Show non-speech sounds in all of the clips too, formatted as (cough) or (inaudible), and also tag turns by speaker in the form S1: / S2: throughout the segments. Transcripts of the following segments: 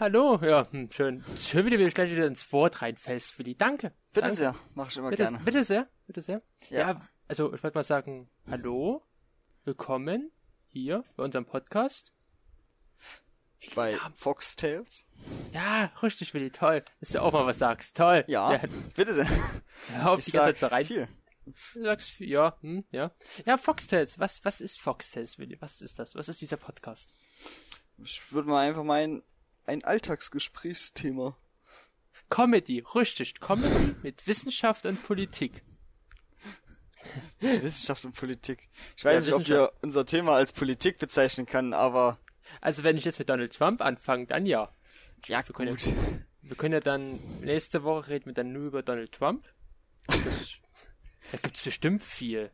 S1: hallo. Ja, hm, schön. Schön, wie du mir gleich wieder ins Wort reinfällst, Willi. Danke.
S2: Bitte
S1: Danke.
S2: sehr, mach ich immer
S1: Bitte,
S2: gerne.
S1: bitte sehr, bitte sehr. Ja.
S2: Ja.
S1: also ich wollte mal sagen, hallo, willkommen hier bei unserem Podcast. Ich
S2: Bei
S1: hab-
S2: Fox Tales?
S1: Ja, richtig, Willi, toll. Dass du auch mal was sagst, toll.
S2: Ja, bitte sehr.
S1: hör auf
S2: Ich
S1: die ganze Zeit
S2: sag
S1: so rein.
S2: viel.
S1: Du sagst viel, ja, hm, ja. Ja, Foxtails, was, was ist Foxtails, Willi? Was ist das? Was ist dieser Podcast?
S2: Ich würde mal einfach meinen, ein Alltagsgesprächsthema.
S1: Comedy, richtig, Comedy mit Wissenschaft und Politik.
S2: Wissenschaft und Politik. Ich
S1: Ja,
S2: weiß nicht, ob wir unser Thema als Politik bezeichnen können, aber
S1: Also wenn ich jetzt mit Donald Trump anfange, dann ja.
S2: ja,
S1: wir können
S2: gut.
S1: Wir können ja dann, nächste Woche reden wir dann nur über Donald Trump.
S2: (laughs)
S1: Das, da gibt's bestimmt viel.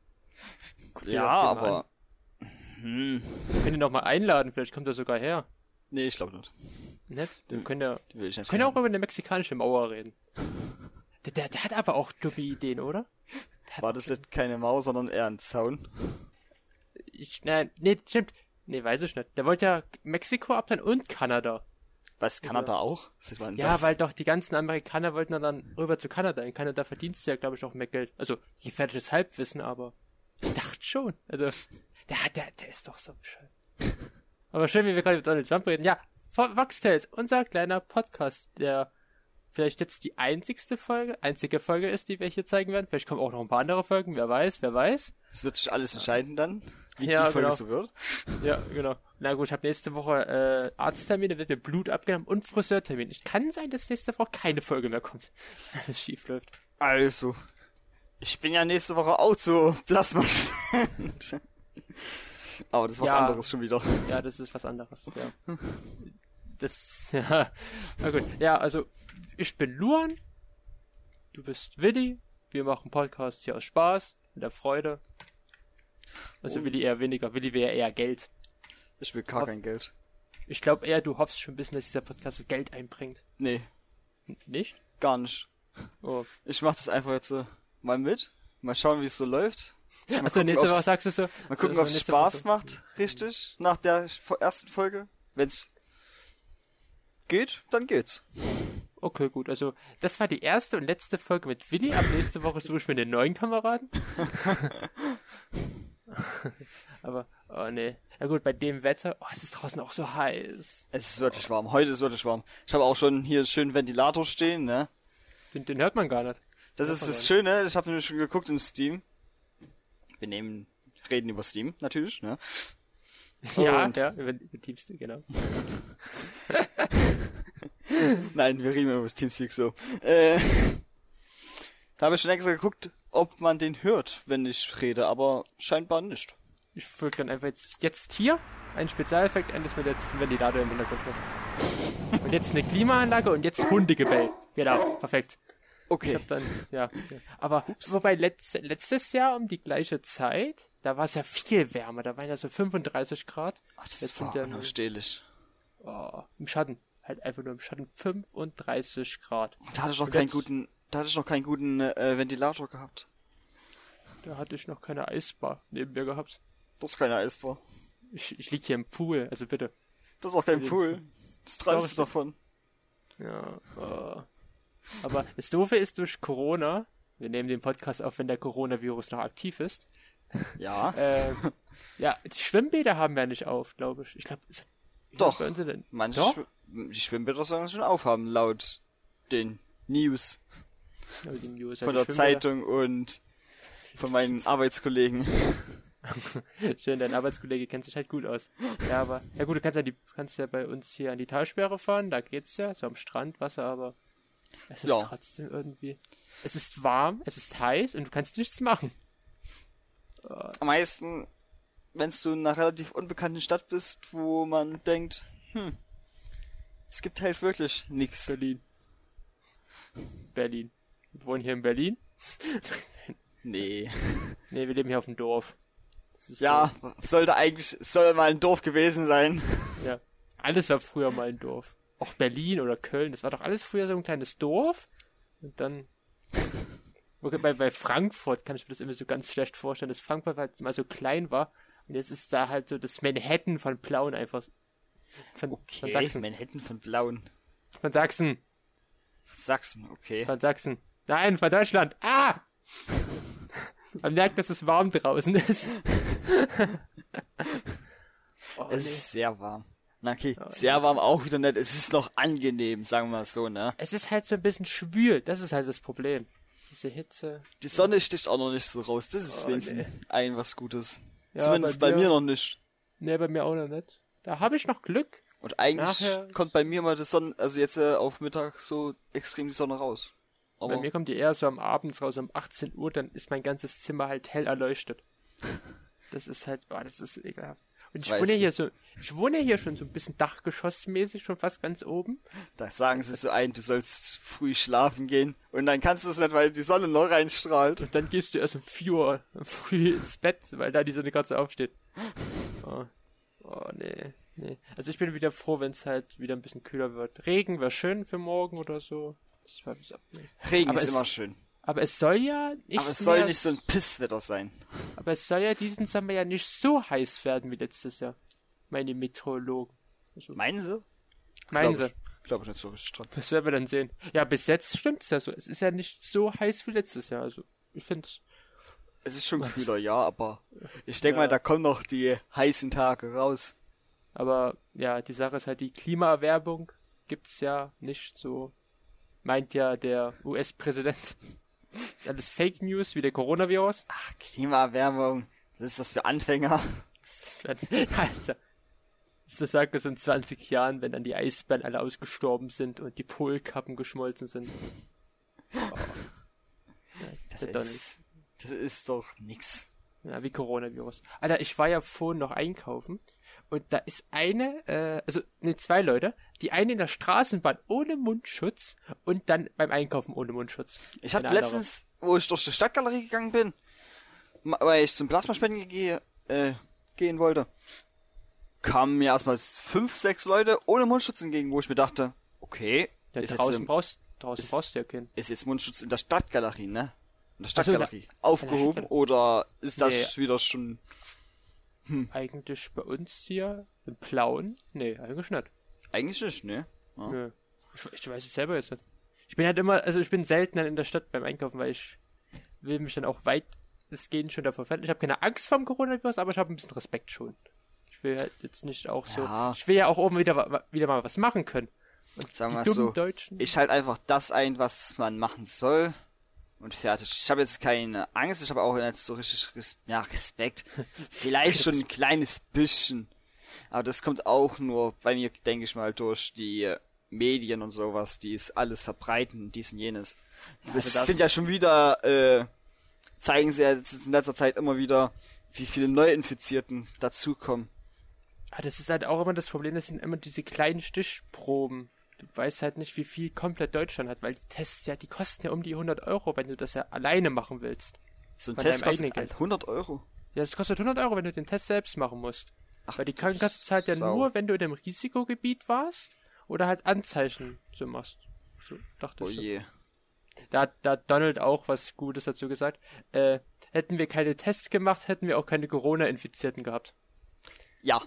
S1: Guck dir
S2: Ja,
S1: doch den mal
S2: aber.
S1: an. Wir können ihn noch mal einladen, vielleicht kommt er sogar her.
S2: Nee, ich glaube nicht.
S1: Nett? Wir
S2: Den-
S1: können ja,
S2: Die will ich nicht.
S1: können auch
S2: haben.
S1: über eine mexikanische Mauer reden. Der, der, der hat aber auch dumme Ideen, oder?
S2: War das jetzt keine Mauer, sondern eher ein Zaun?
S1: Ich, nein, nee, stimmt. Nee, weiß ich nicht. Der wollte ja Mexiko abteilen und Kanada.
S2: Was, Kanada auch? Was war denn
S1: Also Ja,
S2: das?
S1: weil doch die ganzen Amerikaner wollten ja dann rüber zu Kanada. In Kanada verdienst du ja, glaube ich, auch mehr Geld. Also, gefährliches Halbwissen, aber ich dachte schon. Also, der, hat- der, der ist doch so bescheuert. (laughs) Aber schön, wie wir gerade mit Donald Trump reden. Ja, Voxtails, unser kleiner Podcast, der vielleicht jetzt die einzigste Folge, einzige Folge ist, die wir hier zeigen werden. Vielleicht kommen auch noch ein paar andere Folgen, wer weiß, wer weiß.
S2: Das wird sich alles entscheiden dann, wie
S1: Ja,
S2: die Folge
S1: genau.
S2: so wird.
S1: Ja, genau. Na gut, ich habe nächste Woche äh, Arzttermin, da wird mir Blut abgenommen und Friseurtermin. Ich kann sein, dass nächste Woche keine Folge mehr kommt, (laughs) wenn es schief läuft.
S2: Also, ich bin ja nächste Woche auch zu Plasma-Spend. (laughs) Aber das ist was
S1: Ja.
S2: anderes schon wieder.
S1: Ja, das ist was anderes, ja. Das, (laughs) ja. Na gut, ja, also, ich bin Luan, du bist Willi, wir machen Podcast hier aus Spaß, mit der Freude. Also
S2: Oh.
S1: Willi eher weniger, Willi wäre eher Geld.
S2: Ich will gar
S1: Auf-
S2: kein Geld.
S1: Ich glaube eher, du hoffst schon ein bisschen, dass dieser Podcast so Geld einbringt.
S2: Nee,
S1: N- Nicht?
S2: gar nicht.
S1: Oh.
S2: Ich mach das einfach jetzt äh, mal mit. Mal schauen, wie es so läuft.
S1: Achso,
S2: Mal
S1: Also nächste
S2: ob's-
S1: Woche sagst du so.
S2: Mal gucken,
S1: so,
S2: ob es
S1: nächste Woche
S2: Spaß
S1: so-
S2: macht, richtig, nach der fo- ersten Folge. Wenn's geht, dann geht's.
S1: Okay, gut. Also, das war die erste und letzte Folge mit Willi. Ab nächste Woche suche ich mir den neuen Kameraden. Aber, oh nee. Na gut, bei dem Wetter, oh, es ist draußen auch so heiß.
S2: Es ist wirklich warm. Heute ist wirklich warm. Ich habe auch schon hier einen schönen Ventilator stehen, ne?
S1: Den, den hört man gar nicht. (laughs)
S2: Das
S1: Hört
S2: ist
S1: man
S2: das
S1: gar
S2: Schöne, ich habe nämlich schon geguckt im Steam. Wir nehmen, reden über Steam, natürlich, ne?
S1: nicht. Ja,
S2: Und-
S1: ja, über die Tiefste, genau.
S2: Nein, wir reden über das Teamspeak so. Äh, (laughs) da habe ich schon extra geguckt, ob man den hört, wenn ich rede, aber scheinbar nicht.
S1: Ich füge dann einfach jetzt, jetzt hier einen Spezialeffekt ein, dass man jetzt einen Ventilator im Hintergrund hört. Und jetzt eine Klimaanlage und jetzt Hundegebell. Genau, perfekt.
S2: Okay.
S1: Dann, ja. ja. Aber wobei letz, letztes Jahr um die gleiche Zeit, da war es ja viel wärmer, da waren ja so 35 Grad.
S2: Ach, das
S1: Jetzt
S2: war
S1: sind ja-
S2: unausstehlich.
S1: Oh, Im Schatten. Halt einfach nur im Schatten 35 Grad.
S2: Da hatte ich noch keinen
S1: Jetzt-
S2: guten, da hatte ich noch keinen guten äh, Ventilator gehabt.
S1: Da hatte ich noch keine Eisbar neben mir gehabt.
S2: Das ist keine Eisbar.
S1: Ich, ich lieg hier im Pool, also bitte.
S2: Das ist auch kein Pool. Das träumst du
S1: Doch,
S2: davon.
S1: Ja. Oh. Aber das Doofe ist durch Corona, wir nehmen den Podcast auf, wenn der Coronavirus noch aktiv ist,
S2: Ja.
S1: äh,
S2: (laughs)
S1: ja, die Schwimmbäder haben ja nicht auf, glaube ich. Ich glaube,
S2: Doch.
S1: Bei uns denn?
S2: Manche
S1: Doch?
S2: Schw die Schwimmbäder sollen schon aufhaben, laut den News
S1: Ja, die halt News, ja,
S2: von
S1: die
S2: der
S1: Schwimmbäder.
S2: Zeitung und von meinen Arbeitskollegen.
S1: Schön, dein Arbeitskollege kennt sich halt gut aus. Ja, aber, ja gut, du kannst ja, die, kannst ja bei uns hier an die Talsperre fahren, da geht's ja, so am Strand, Wasser, aber es ist
S2: Ja.
S1: trotzdem irgendwie. Es ist warm, es ist heiß und du kannst nichts machen.
S2: Am meisten, wenn du in einer relativ unbekannten Stadt bist, wo man denkt, hm, es gibt halt wirklich nichts.
S1: Berlin. Berlin. Wir wohnen hier in Berlin?
S2: Nee.
S1: Nee, wir leben hier auf dem Dorf. Das ist
S2: Ja, sollte eigentlich, soll mal ein Dorf gewesen sein.
S1: So, ja. Alles war früher mal ein Dorf. Auch Berlin oder Köln, das war doch alles früher so ein kleines Dorf. Und dann. Okay, bei, bei Frankfurt kann ich mir das immer so ganz schlecht vorstellen, dass Frankfurt halt mal so klein war. Und jetzt ist da halt so das Manhattan von Plauen einfach. so- Von, von Sachsen.
S2: Manhattan von Blauen.
S1: Von Sachsen.
S2: Sachsen, okay.
S1: Von Sachsen. Nein, von Deutschland. Ah! Man merkt, dass es warm draußen ist. oh,
S2: es
S1: nee.
S2: ist sehr warm. Na okay,
S1: Ja,
S2: sehr warm auch wieder nett. Es ist noch angenehm, sagen wir mal so, ne?
S1: Es ist halt so ein bisschen schwül. Das ist halt das Problem. Diese Hitze.
S2: Die Sonne sticht auch noch nicht so raus. Das ist
S1: Oh,
S2: wenigstens
S1: nee.
S2: ein was Gutes.
S1: Ja,
S2: Zumindest bei, mir noch nicht.
S1: Nee, bei mir auch noch nicht. Da habe ich noch Glück.
S2: Und eigentlich
S1: Nachher-
S2: kommt bei mir mal die Sonne, also jetzt äh, auf Mittag so extrem die Sonne raus. Aber
S1: Bei mir kommt die eher so am Abend raus, um 18 Uhr, dann ist mein ganzes Zimmer halt hell
S2: (laughs)
S1: erleuchtet. Das ist halt, oh, das ist so ekelhaft. Und ich
S2: Weiß
S1: wohne
S2: nicht.
S1: hier so, ich wohne hier schon so ein bisschen dachgeschossmäßig, schon fast ganz oben.
S2: da sagen sie so ein, du sollst früh schlafen gehen. Und dann kannst du es nicht, weil die Sonne noch reinstrahlt.
S1: Und dann gehst du erst um 4 Uhr (laughs) früh ins Bett, weil da die Sonne gerade so aufsteht. Oh, oh nee, nee. Also ich bin wieder froh, wenn es halt wieder ein bisschen kühler wird. Regen wäre schön für morgen oder so. Das war bis ab.
S2: Regen
S1: Aber
S2: ist
S1: es-
S2: immer schön.
S1: Aber es soll ja nicht
S2: Aber es soll
S1: mehr-
S2: nicht so ein Pisswetter sein.
S1: Aber es soll ja diesen Sommer ja nicht so heiß werden wie letztes Jahr. Meine Meteorologen.
S2: Meinen sie?
S1: Meinen
S2: Glaub
S1: sie.
S2: Ich glaube nicht so richtig dran.
S1: Das werden wir dann sehen. Ja, bis jetzt stimmt's ja so. Es ist ja nicht so heiß wie letztes Jahr. Also, ich find's.
S2: Es ist schon kühler, ja, aber ich denke
S1: Ja.
S2: mal, da kommen noch die heißen Tage raus.
S1: Aber ja, die Sache ist halt, die Klimaerwerbung gibt's ja nicht so. Meint ja der US-Präsident. (laughs) Ist alles Fake News wie der Coronavirus.
S2: Ach, Klimaerwärmung, das ist was für Anfänger.
S1: Das wird, (laughs) Alter. So sagt es in 20 Jahren, wenn dann die Eisbären alle ausgestorben sind und die Polkappen geschmolzen sind.
S2: Das
S1: wird doch
S2: ist, das ist doch nix.
S1: Ja, wie Coronavirus. Alter, ich war ja vorhin noch einkaufen und da ist eine, äh, also ne, zwei Leute, die eine in der Straßenbahn ohne Mundschutz und dann beim Einkaufen ohne Mundschutz.
S2: Ich habe
S1: Eine andere.
S2: letztens, wo ich durch die Stadtgalerie gegangen bin, ma- weil ich zum Plasmaspenden gehe, äh, gehen wollte, kamen mir erstmal fünf, sechs Leute ohne Mundschutz entgegen, wo ich mir dachte, okay,
S1: Ja,
S2: ist, jetzt,
S1: draußen
S2: im-
S1: brauchst, draußen
S2: ist-
S1: brauchst du ja keinen.
S2: ist jetzt Mundschutz in der Stadtgalerie, ne? In der
S1: Ach so, in der-
S2: Stadtgalerie. Aufgehoben
S1: Stadtgalerie.
S2: oder ist das
S1: Nee.
S2: wieder schon
S1: Eigentlich bei uns hier im Plauen? Nee, eigentlich nicht.
S2: Eigentlich nicht, ne? Ja.
S1: Nö. Ich, ich weiß es selber jetzt nicht. Ich bin halt immer, also ich bin selten dann in der Stadt beim Einkaufen, weil ich will mich dann auch weitestgehend schon davor fern. Ich habe keine Angst vom Coronavirus, aber ich habe ein bisschen Respekt schon. Ich will halt jetzt nicht auch so.
S2: Ja.
S1: Ich will ja auch oben wieder, wa- wa- wieder mal was machen können. Und
S2: Sagen
S1: die
S2: wir's
S1: dummen
S2: so,
S1: Deutschen.
S2: Ich halte einfach das ein, was man machen soll. Und fertig. Ich habe jetzt keine Angst, ich habe auch nicht so richtig Res ja,
S1: (laughs)
S2: Respekt. Vielleicht schon ein kleines bisschen. Aber das kommt auch nur bei mir, denke ich mal, durch die äh, Medien und sowas, die es alles verbreiten, dies und jenes.
S1: also
S2: es
S1: das-
S2: sind ja schon wieder, äh, zeigen sie ja jetzt in letzter Zeit immer wieder, wie viele Neuinfizierten dazukommen.
S1: Ah, das ist halt auch immer das Problem, das sind immer diese kleinen Stichproben. Du weißt halt nicht, wie viel komplett Deutschland hat, weil die Tests ja, die kosten ja um die 100 Euro, wenn du das ja alleine machen willst.
S2: So ein
S1: Von
S2: Test
S1: deinem
S2: kostet
S1: eigenen Geld.
S2: 100 Euro.
S1: Ja, das kostet 100 Euro, wenn du den Test selbst machen musst.
S2: Ach,
S1: Weil die Krankenkasse zahlt ja
S2: Sau.
S1: nur, wenn du in einem Risikogebiet warst oder halt Anzeichen so machst. So dachte
S2: Oh
S1: ich.
S2: je.
S1: Da, hat- da hat Donald auch was Gutes dazu gesagt. Äh, hätten wir keine Tests gemacht, hätten wir auch keine Corona-Infizierten gehabt.
S2: Ja,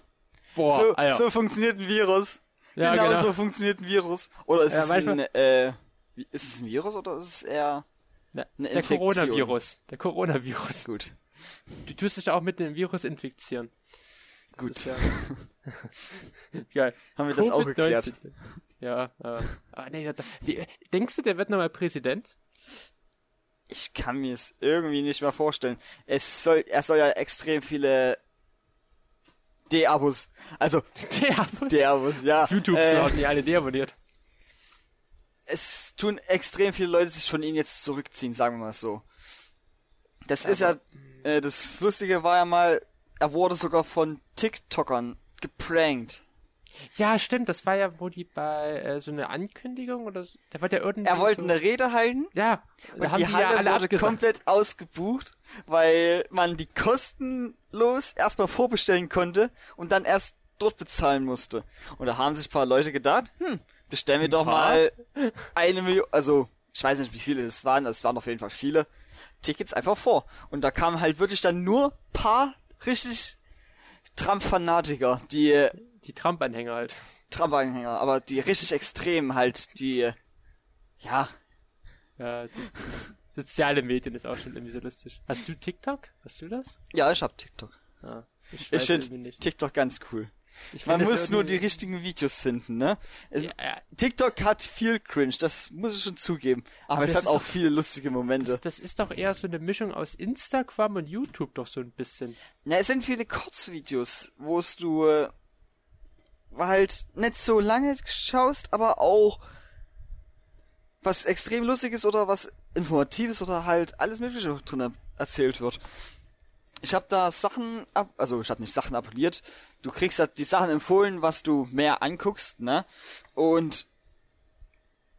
S1: Boah,
S2: so,
S1: Alter.
S2: so funktioniert ein Virus.
S1: Ja,
S2: genau,
S1: genau.
S2: so funktioniert ein Virus. Oder ist,
S1: Ja,
S2: es
S1: manchmal-
S2: ein, äh, wie- ist es ein Virus oder ist es eher.
S1: Na,
S2: eine
S1: der
S2: Infektion.
S1: Coronavirus. Der Coronavirus.
S2: Gut.
S1: Du tust dich auch mit dem Virus infizieren. Das
S2: Gut.
S1: ist Ja (laughs) Geil.
S2: Haben wir das auch geklärt?
S1: COVID-19. Ja. Äh. Ah, nee, da, wie, denkst du, der wird nochmal Präsident? (laughs)
S2: Ich kann mir es irgendwie nicht mehr vorstellen. Es soll, er soll ja extrem viele. D-Abos.
S1: (laughs)
S2: Also,
S1: Der hat
S2: D-Abos, ja.
S1: YouTube
S2: äh,
S1: haben die alle deabonniert.
S2: es tun extrem viele Leute sich von ihnen jetzt zurückziehen, sagen wir mal so. Das ist ja, äh, das Lustige war ja mal, er wurde sogar von TikTokern geprankt.
S1: Ja, stimmt, das war ja, wo die bei äh, so eine Ankündigung oder so. Da war der irgendwie.
S2: Er wollte
S1: so,
S2: eine Rede halten
S1: Ja, da
S2: und
S1: haben
S2: die
S1: die, ja
S2: Halle
S1: alle
S2: wurde
S1: abgesagt.
S2: komplett ausgebucht, weil man die kostenlos erstmal vorbestellen konnte und dann erst dort bezahlen musste. Und da haben sich ein paar Leute gedacht, hm, bestellen wir doch
S1: paar?
S2: mal eine Million, also ich weiß nicht, wie viele es waren, es waren auf jeden Fall viele Tickets einfach vor. Und da kamen halt wirklich dann nur paar richtig Trump-Fanatiker, die
S1: Die Trump-Anhänger halt.
S2: Tramwagenhänger, aber die richtig extremen halt, die, äh, ja,
S1: Ja, so- so- soziale Medien ist auch schon irgendwie so lustig. Hast du TikTok? Hast du das?
S2: ja, ich hab TikTok.
S1: Ah, ich
S2: Ich
S1: weiß
S2: finde
S1: irgendwie nicht.
S2: TikTok ganz cool.
S1: Ich
S2: Man
S1: find das
S2: muss nur die
S1: irgendwie-
S2: richtigen Videos finden, ne? Es-
S1: Ja, ja,
S2: TikTok hat viel Cringe, das muss ich schon zugeben. Aber,
S1: Aber
S2: es
S1: das
S2: hat
S1: ist
S2: auch
S1: doch-
S2: viele lustige Momente.
S1: das, das ist doch eher so eine Mischung aus Instagram und YouTube doch so ein bisschen.
S2: Na, es sind viele Kurzvideos, wo es du äh, halt nicht so lange schaust, aber auch was extrem lustiges oder was informatives oder halt alles mögliche drin erzählt wird. Ich habe da Sachen ab, also ich habe nicht Sachen abonniert. Du kriegst halt die Sachen empfohlen, was du mehr anguckst, ne? Und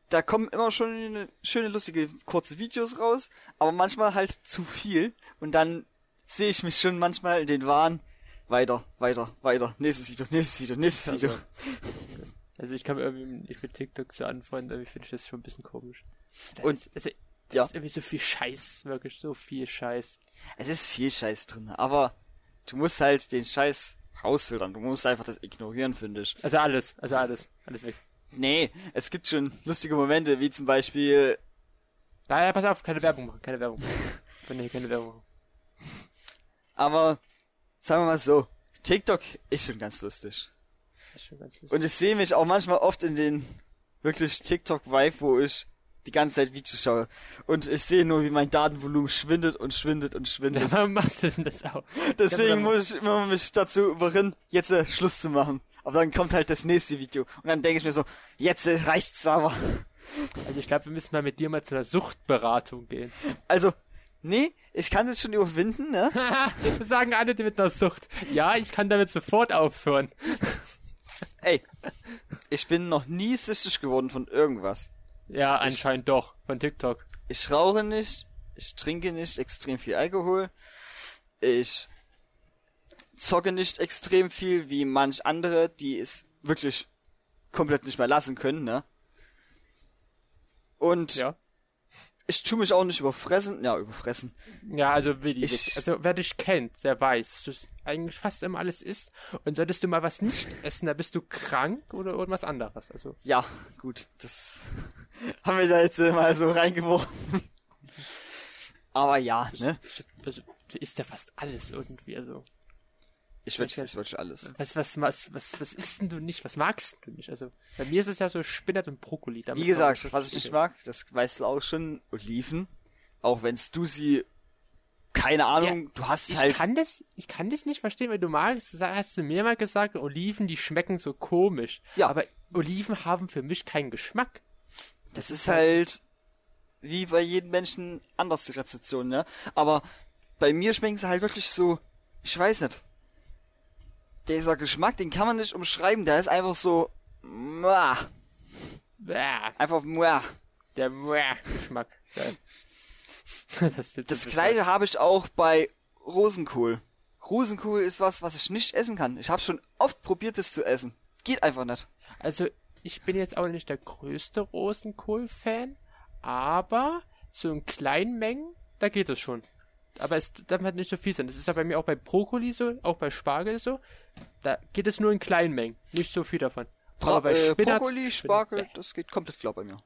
S2: da kommen immer schon schöne, lustige, kurze Videos raus, aber manchmal halt zu viel und dann sehe ich mich schon manchmal in den Wahn. Weiter, weiter, weiter. Nächstes Video, nächstes Video, nächstes Video.
S1: Also ich kann mir irgendwie nicht mit TikTok so anfreunden, irgendwie finde ich das schon ein bisschen komisch. Da
S2: Und-
S1: ist, also, da
S2: ja.
S1: ist irgendwie so viel Scheiß, wirklich so viel Scheiß.
S2: Es ist viel Scheiß drin, aber du musst halt den Scheiß rausfiltern. Du musst einfach das ignorieren, finde ich.
S1: Also alles, also alles, alles weg.
S2: Nee, es gibt schon lustige Momente, wie zum Beispiel,
S1: Naja, pass auf, keine Werbung machen, keine Werbung. (laughs) Wenn hier keine Werbung. machen.
S2: aber sagen wir mal so, TikTok ist schon ganz lustig.
S1: Das ist schon ganz lustig.
S2: Und ich sehe mich auch manchmal oft in den wirklich TikTok-Vibe, wo ich die ganze Zeit Videos schaue. Und ich sehe nur, wie mein Datenvolumen schwindet und schwindet
S1: (laughs)
S2: und schwindet.
S1: Warum machst du denn das auch?
S2: Deswegen
S1: Ja, aber
S2: muss ich immer mich dazu überreden, jetzt äh, Schluss zu machen. Aber dann kommt halt das nächste Video. Und dann denke ich mir so, jetzt äh, reicht's aber.
S1: Also ich glaube, wir müssen mal mit dir mal zu einer Suchtberatung gehen. (laughs)
S2: Also, nee, ich kann das schon überwinden, ne?
S1: Das sagen alle, die mit einer Sucht. Ja, ich kann damit sofort aufhören.
S2: Ey, ich bin noch nie süchtig geworden von irgendwas.
S1: Ja, anscheinend doch. Von TikTok.
S2: Ich rauche nicht, ich trinke nicht extrem viel Alkohol, ich zocke nicht extrem viel wie manch andere, die es wirklich komplett nicht mehr lassen können, ne? Und
S1: Ja.
S2: ich tue mich auch nicht überfressen. Ja, überfressen.
S1: Ja, also Willi,
S2: Ich-
S1: also wer dich kennt, der weiß, dass du es eigentlich fast immer alles isst. Und solltest du mal was nicht essen, dann bist du krank oder irgendwas anderes. Also,
S2: Ja, gut, das (laughs) haben wir da jetzt äh, mal so reingeworfen. Aber ja, ne?
S1: also du isst ja fast alles irgendwie. Also,
S2: Ich wette, ich wette alles.
S1: was, was, was, was, was isst denn du nicht? Was magst du nicht? Also, bei mir ist es ja so Spinat und Brokkoli. Damit
S2: Wie
S1: kann man
S2: gesagt,
S1: richtig
S2: was ich nicht
S1: ekeln.
S2: mag, das weißt du auch schon, Oliven. Auch wenn's du sie, keine Ahnung, du hast sie
S1: Ich
S2: halt.
S1: kann das, ich kann das nicht verstehen, weil du magst, du sa- hast du mir mal gesagt, Oliven, die schmecken so komisch.
S2: Ja.
S1: Aber Oliven haben für mich keinen Geschmack.
S2: Das ist halt wie bei jedem Menschen anders die Rezeption, ne? Aber bei mir schmecken sie halt wirklich so, ich weiß nicht. Dieser Geschmack, den kann man nicht umschreiben, der ist einfach so, muah,
S1: Bäh,
S2: einfach muah.
S1: der Bäh Geschmack. Geil. (laughs) das, ist
S2: Das gleiche habe ich auch bei Rosenkohl. Rosenkohl ist was, was ich nicht essen kann. Ich habe schon oft probiert, das zu essen. Geht einfach nicht.
S1: Also, ich bin jetzt auch nicht der größte Rosenkohl-Fan, aber so in kleinen Mengen, da geht es schon. Aber es darf halt nicht so viel sein. Das ist ja bei mir auch bei Brokkoli so, auch bei Spargel so. Da geht es nur in kleinen Mengen, nicht so viel davon.
S2: Bra
S1: Aber bei
S2: äh,
S1: Spinat-
S2: Brokkoli,
S1: Spinat-
S2: Spargel, das geht komplett klar bei mir.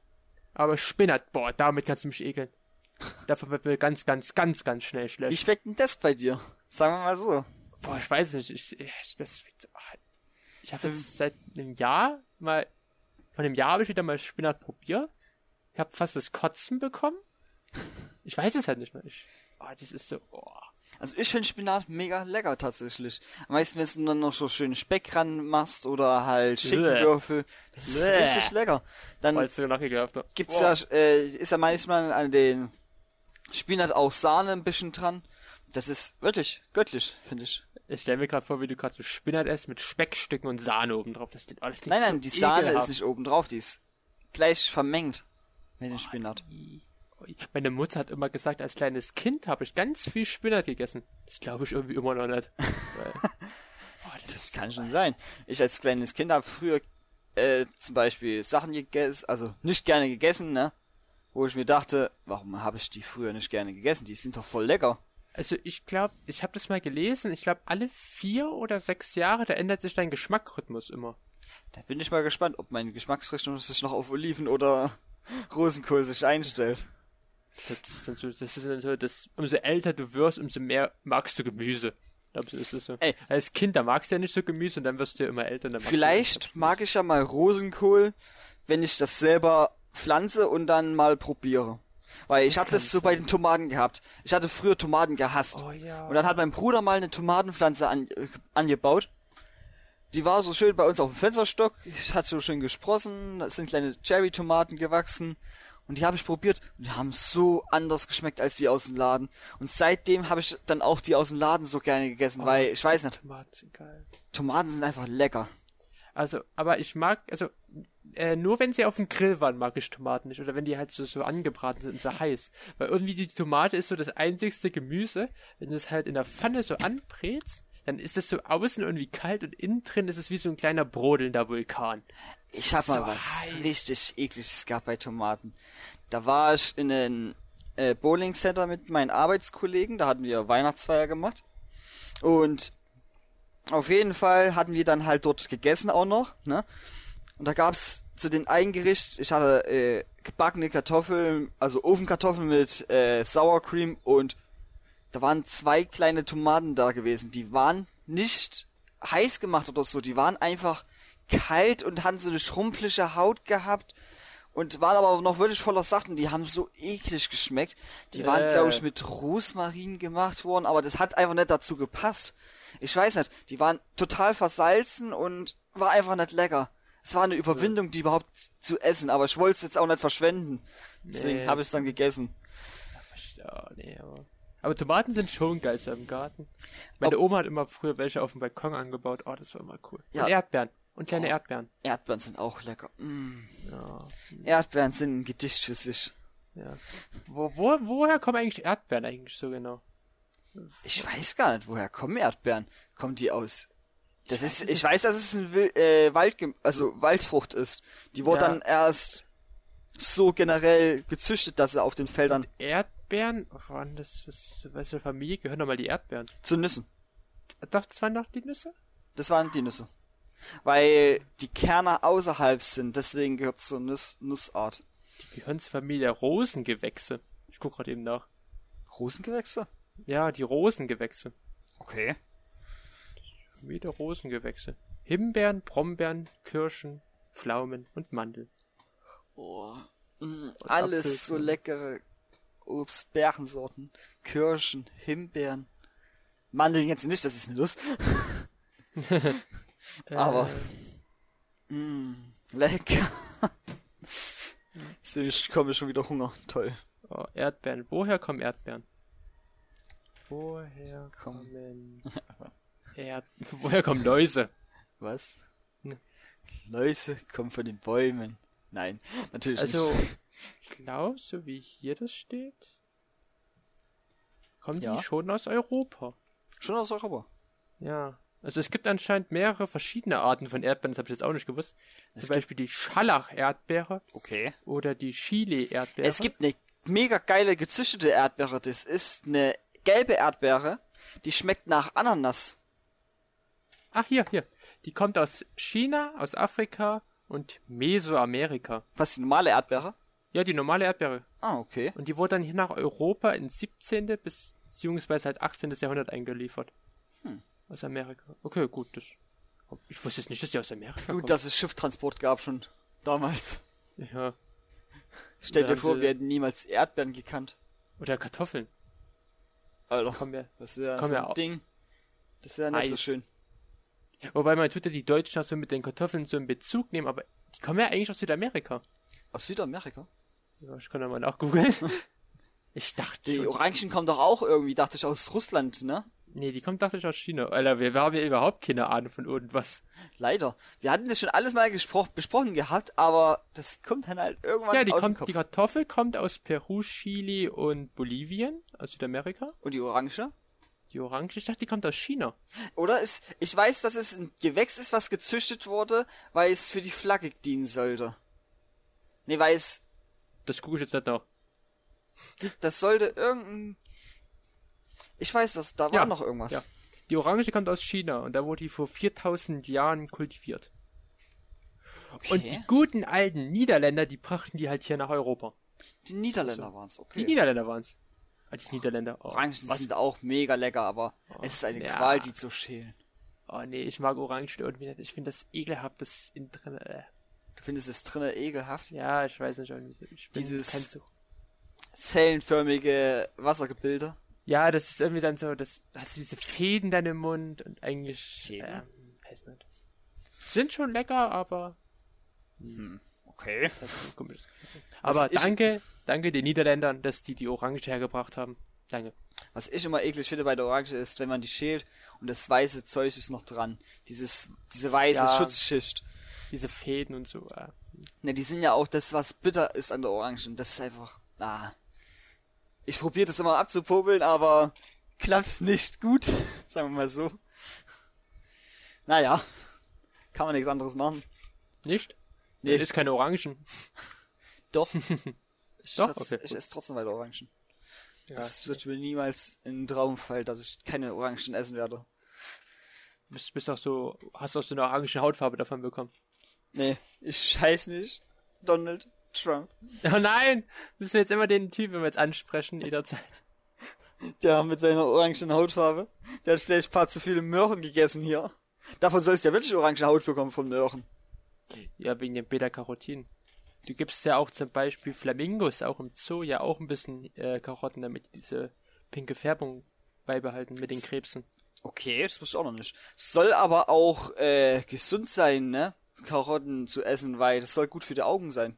S1: Aber Spinat, boah, damit kannst du mich ekeln. Davon wird mir ganz, ganz, ganz, ganz schnell
S2: Wie
S1: schlecht.
S2: schmeckt denn das bei dir? Sagen wir mal so.
S1: boah, ich weiß nicht. Ich, ich, das- ah, ich habe jetzt seit einem Jahr mal, von einem Jahr habe ich wieder mal Spinat probiert. Ich habe fast das Kotzen bekommen. Ich weiß es halt nicht mehr. Ich, oh, das ist so, oh.
S2: Also ich finde Spinat mega lecker tatsächlich. Am meisten, wenn du dann noch so schön Speck ran machst oder halt Schinkenwürfel. Das ist
S1: Bäh.
S2: richtig lecker.
S1: Weil
S2: Dann
S1: es so nachgeklappt hat.
S2: gibt's
S1: Boah.
S2: ja, äh, ist ja manchmal an den Spinat auch Sahne ein bisschen dran. Das ist wirklich göttlich, finde ich.
S1: Ich stelle mir gerade vor, wie du gerade so Spinat isst mit Speckstücken und Sahne oben drauf. Das, klingt- oh, das klingt
S2: Nein, nein,
S1: so
S2: die Sahne
S1: ekelhaft.
S2: ist nicht oben drauf, die ist gleich vermengt mit dem Spinat.
S1: Meine Mutter hat immer gesagt, als kleines Kind habe ich ganz viel Spinat gegessen. Das glaube ich irgendwie immer noch nicht. Weil- Boah, das
S2: Das
S1: ist-
S2: kann schon sein. Ich als kleines Kind habe früher äh, zum Beispiel Sachen gegessen, also nicht gerne gegessen, ne? Wo ich mir dachte, warum habe ich die früher nicht gerne gegessen? Die sind doch voll lecker.
S1: also ich glaube, ich habe das mal gelesen. Ich glaube, alle vier oder sechs Jahre, da ändert sich dein Geschmackrhythmus immer.
S2: Da bin ich mal gespannt, ob meine Geschmacksrichtung sich noch auf Oliven oder (laughs) Rosenkohl sich einstellt.
S1: Ich glaub, Das ist dann so, das ist dann so, das, umso älter du wirst, umso mehr magst du Gemüse. Ich glaube, so ist es so.
S2: Ey.
S1: Als Kind, da magst du ja nicht so Gemüse und dann wirst du ja immer älter. Und dann magst du
S2: Vielleicht mag ich ja mal Rosenkohl, wenn ich das selber pflanze und dann mal probiere. Weil ich
S1: Das
S2: habe
S1: kann
S2: das so bei den Tomaten gehabt. Ich hatte früher Tomaten gehasst.
S1: Oh ja.
S2: Und dann hat mein Bruder mal eine Tomatenpflanze an, äh, angebaut. Die war so schön bei uns auf dem Fensterstock. Ich hatte so schön gesprossen. Da sind kleine Cherry-Tomaten gewachsen. Und die habe ich probiert und die haben so anders geschmeckt als die aus dem Laden. Und seitdem habe ich dann auch die aus dem Laden so gerne gegessen, weil ich weiß nicht,
S1: Tomaten sind geil.
S2: Tomaten sind einfach lecker.
S1: Also, aber ich mag, also, äh, nur wenn sie auf dem Grill waren, mag ich Tomaten nicht. Oder wenn die halt so, so angebraten sind und so heiß. Weil irgendwie die Tomate ist so das einzigste Gemüse. Wenn du es halt in der Pfanne so anbrätst, dann ist es so außen irgendwie kalt und innen drin ist es wie so ein kleiner brodelnder Vulkan.
S2: Ich hab mal
S1: So
S2: was
S1: heiß.
S2: richtig ekliges gehabt bei Tomaten. Da war ich in einem äh, Bowling Center mit meinen Arbeitskollegen, da hatten wir Weihnachtsfeier gemacht. Und auf jeden Fall hatten wir dann halt dort gegessen auch noch, ne? Und da gab's zu den Eingericht, ich hatte äh, gebackene Kartoffeln, also Ofenkartoffeln mit äh, Sour Cream und da waren zwei kleine Tomaten da gewesen. Die waren nicht heiß gemacht oder so. Die waren einfach kalt und hatten so eine schrumpelige Haut gehabt und waren aber noch wirklich voller Sachen. Die haben so eklig geschmeckt. Die waren,
S1: Äh.
S2: glaube ich, mit Rosmarin gemacht worden, aber das hat einfach nicht dazu gepasst. Ich weiß nicht. Die waren total versalzen und war einfach nicht lecker. Es war eine Überwindung, die überhaupt zu essen, aber ich wollte es jetzt auch nicht verschwenden. Deswegen
S1: Nee.
S2: habe ich es dann gegessen.
S1: Ja, nee, aber. Aber Tomaten sind schon geil so im Garten. Meine Oma hat immer früher welche auf dem Balkon angebaut. Oh, das war immer cool.
S2: Ja.
S1: Und Erdbeeren. Und kleine Erdbeeren.
S2: Erdbeeren sind auch lecker. Mm.
S1: Ja.
S2: Erdbeeren sind ein Gedicht für sich.
S1: ja. Wo, wo, woher kommen eigentlich Erdbeeren eigentlich so genau?
S2: Ich weiß gar nicht, woher kommen Erdbeeren? Kommen die aus? Das ist, ich weiß, dass es ein Wil- äh, Wald, also Waldfrucht ist. Die wurde
S1: Ja.
S2: dann erst so generell gezüchtet, dass sie auf den Feldern
S1: Erdbeeren? Oh, Mann, das ist, weißt du, Familie gehören doch mal die Erdbeeren.
S2: zu Nüssen.
S1: Doch, das waren doch die Nüsse?
S2: Das waren die Nüsse. Weil die Kerne außerhalb sind, deswegen gehört es zur Nuss Nussart.
S1: Die gehören zur Familie Rosengewächse. Ich guck gerade eben nach.
S2: Rosengewächse?
S1: Ja, die Rosengewächse.
S2: Okay.
S1: Wieder Rosengewächse. Himbeeren, Brombeeren, Kirschen, Pflaumen und Mandeln.
S2: Oh. Mm, alles
S1: Apfel,
S2: so
S1: ne?
S2: leckere Obst, Beerensorten, Kirschen, Himbeeren. Mandeln jetzt nicht, das ist
S1: (laughs)
S2: eine Nuss. (laughs) Aber-
S1: Äh.
S2: Mm, lecker. Jetzt bin ich, komme ich schon wieder Hunger. Toll.
S1: Oh, Erdbeeren. Woher kommen Erdbeeren? Woher
S2: Komm.
S1: kommen
S2: (laughs)
S1: Erd Woher kommen Läuse?
S2: Was?
S1: Ne.
S2: Läuse kommen von den Bäumen. Nein, natürlich
S1: Also,
S2: nicht.
S1: ich glaube, so wie hier das steht, kommen
S2: Ja.
S1: die schon aus Europa.
S2: Schon aus Europa.
S1: Ja. Also es gibt anscheinend mehrere verschiedene Arten von Erdbeeren, das habe ich jetzt auch nicht gewusst. Zum Beispiel die Scharlach-Erdbeere
S2: Okay.
S1: oder die Chile-Erdbeere.
S2: Es gibt eine mega geile gezüchtete Erdbeere. Das ist eine gelbe Erdbeere, die schmeckt nach Ananas.
S1: Ach, hier, hier. Die kommt aus China, aus Afrika und Mesoamerika.
S2: Was die normale Erdbeere?
S1: Ja, die normale Erdbeere.
S2: Ah, okay.
S1: Und die wurde dann hier nach Europa ins 17. bis beziehungsweise halt 18. Jahrhundert eingeliefert. Hm. Aus Amerika. Okay, gut, das. Ich wusste jetzt nicht, dass die aus Amerika
S2: Gut, dass es Schifftransport gab schon damals.
S1: kommt. Ja.
S2: Stell
S1: Ja,
S2: dir vor,
S1: die-
S2: wir hätten niemals Erdbeeren gekannt.
S1: Oder Kartoffeln.
S2: Alter,
S1: Kommen wir.
S2: das wäre
S1: komm
S2: so
S1: ja
S2: ein
S1: au-
S2: Ding. Das wäre nicht so
S1: Eis.
S2: schön.
S1: Wobei man tut ja die Deutschen auch so mit den Kartoffeln so in Bezug nehmen, aber die kommen ja eigentlich aus Südamerika.
S2: Aus Südamerika?
S1: Ja, ich kann da mal
S2: (laughs)
S1: nachgoogeln. Ich dachte.
S2: Die
S1: schon-
S2: Orangen kommen doch auch irgendwie, dachte ich, aus Russland, ne?
S1: Nee, die kommt, dachte ich, aus China. Alter, wir, wir haben ja überhaupt keine Ahnung von irgendwas.
S2: Leider. Wir hatten das schon alles mal gespro- besprochen gehabt, aber das kommt dann halt irgendwann
S1: Ja, die,
S2: aus dem
S1: kommt,
S2: Kopf.
S1: die Kartoffel kommt aus Peru, Chile und Bolivien, aus Südamerika.
S2: Und die Orange?
S1: Die Orange, ich dachte, die kommt aus China.
S2: Oder ist, ich weiß, dass es ein Gewächs ist, was gezüchtet wurde, weil es für die Flagge dienen sollte. Nee, weil es,
S1: Das gucke ich jetzt nicht nach.
S2: das sollte irgendein, ich weiß das, da war
S1: Ja,
S2: noch irgendwas.
S1: ja. Die Orange kommt aus China und da wurde die vor 4000 Jahren kultiviert.
S2: Okay.
S1: Und die guten alten Niederländer, die brachten die halt hier nach Europa.
S2: die Niederländer waren's,
S1: Also, Die
S2: okay.
S1: Niederländer waren's. Ah, die Niederländer. Oh,
S2: Orangen
S1: was? Oh,
S2: sind auch mega lecker, aber es ist eine
S1: ja.
S2: Qual, die zu schälen.
S1: oh nee, ich mag Orangen irgendwie nicht. Ich finde das ekelhaft, das in drin. Äh.
S2: Du findest es drinnen ekelhaft.
S1: Ja, ich weiß nicht, irgendwie so. Ich bin
S2: Dieses-
S1: kein so.
S2: Zellenförmige Wassergebilde.
S1: Ja, das ist irgendwie dann so, das da hast du diese Fäden dann im Mund und eigentlich.
S2: Fäden?
S1: Äh, weiß nicht. Sind schon lecker, aber.
S2: Hm. Okay.
S1: Ist halt ein komisches Gefühl. Aber
S2: ist-
S1: danke, danke den Niederländern, dass die die Orange hergebracht haben. Danke.
S2: Was ich immer eklig finde bei der Orange ist, wenn man die schält und das weiße Zeug ist noch dran. Dieses, diese weiße
S1: Ja.
S2: Schutzschicht.
S1: Diese Fäden und so. Äh.
S2: Ne, die sind ja auch das, was bitter ist an der Orange. Und das ist einfach. Ah. Ich probiere das immer abzupobeln, aber klappt nicht gut. (laughs) Sagen wir mal so. Naja. Kann man nichts anderes machen.
S1: Nicht?
S2: Nee.
S1: Nee. Das ist keine Orangen.
S2: Doch. Ich,
S1: Doch?
S2: trotz-
S1: Okay,
S2: ich
S1: gut.
S2: esse trotzdem weiter Orangen.
S1: Ja.
S2: Das wird mir niemals in den Traum fallen, dass ich keine Orangen essen werde.
S1: Du bist, bist auch so, hast auch so eine orange Hautfarbe davon bekommen. (laughs)
S2: Nee, Ne, ich heiß nicht Donald Trump.
S1: Oh nein! Müssen wir jetzt immer den Typen jetzt ansprechen, jederzeit.
S2: Der mit seiner orangen Hautfarbe. Der hat vielleicht ein paar zu viele Möhren gegessen hier. Davon sollst du ja wirklich orange Haut bekommen von Möhren.
S1: Ja, wegen dem Beta-Carotin. Du gibst ja auch zum Beispiel Flamingos, auch im Zoo, ja auch ein bisschen äh, Karotten, damit die diese pinke Färbung beibehalten mit den Krebsen.
S2: Okay, das wusste ich auch noch nicht. Soll aber auch äh, gesund sein, ne? Karotten zu essen, weil das soll gut für die Augen sein.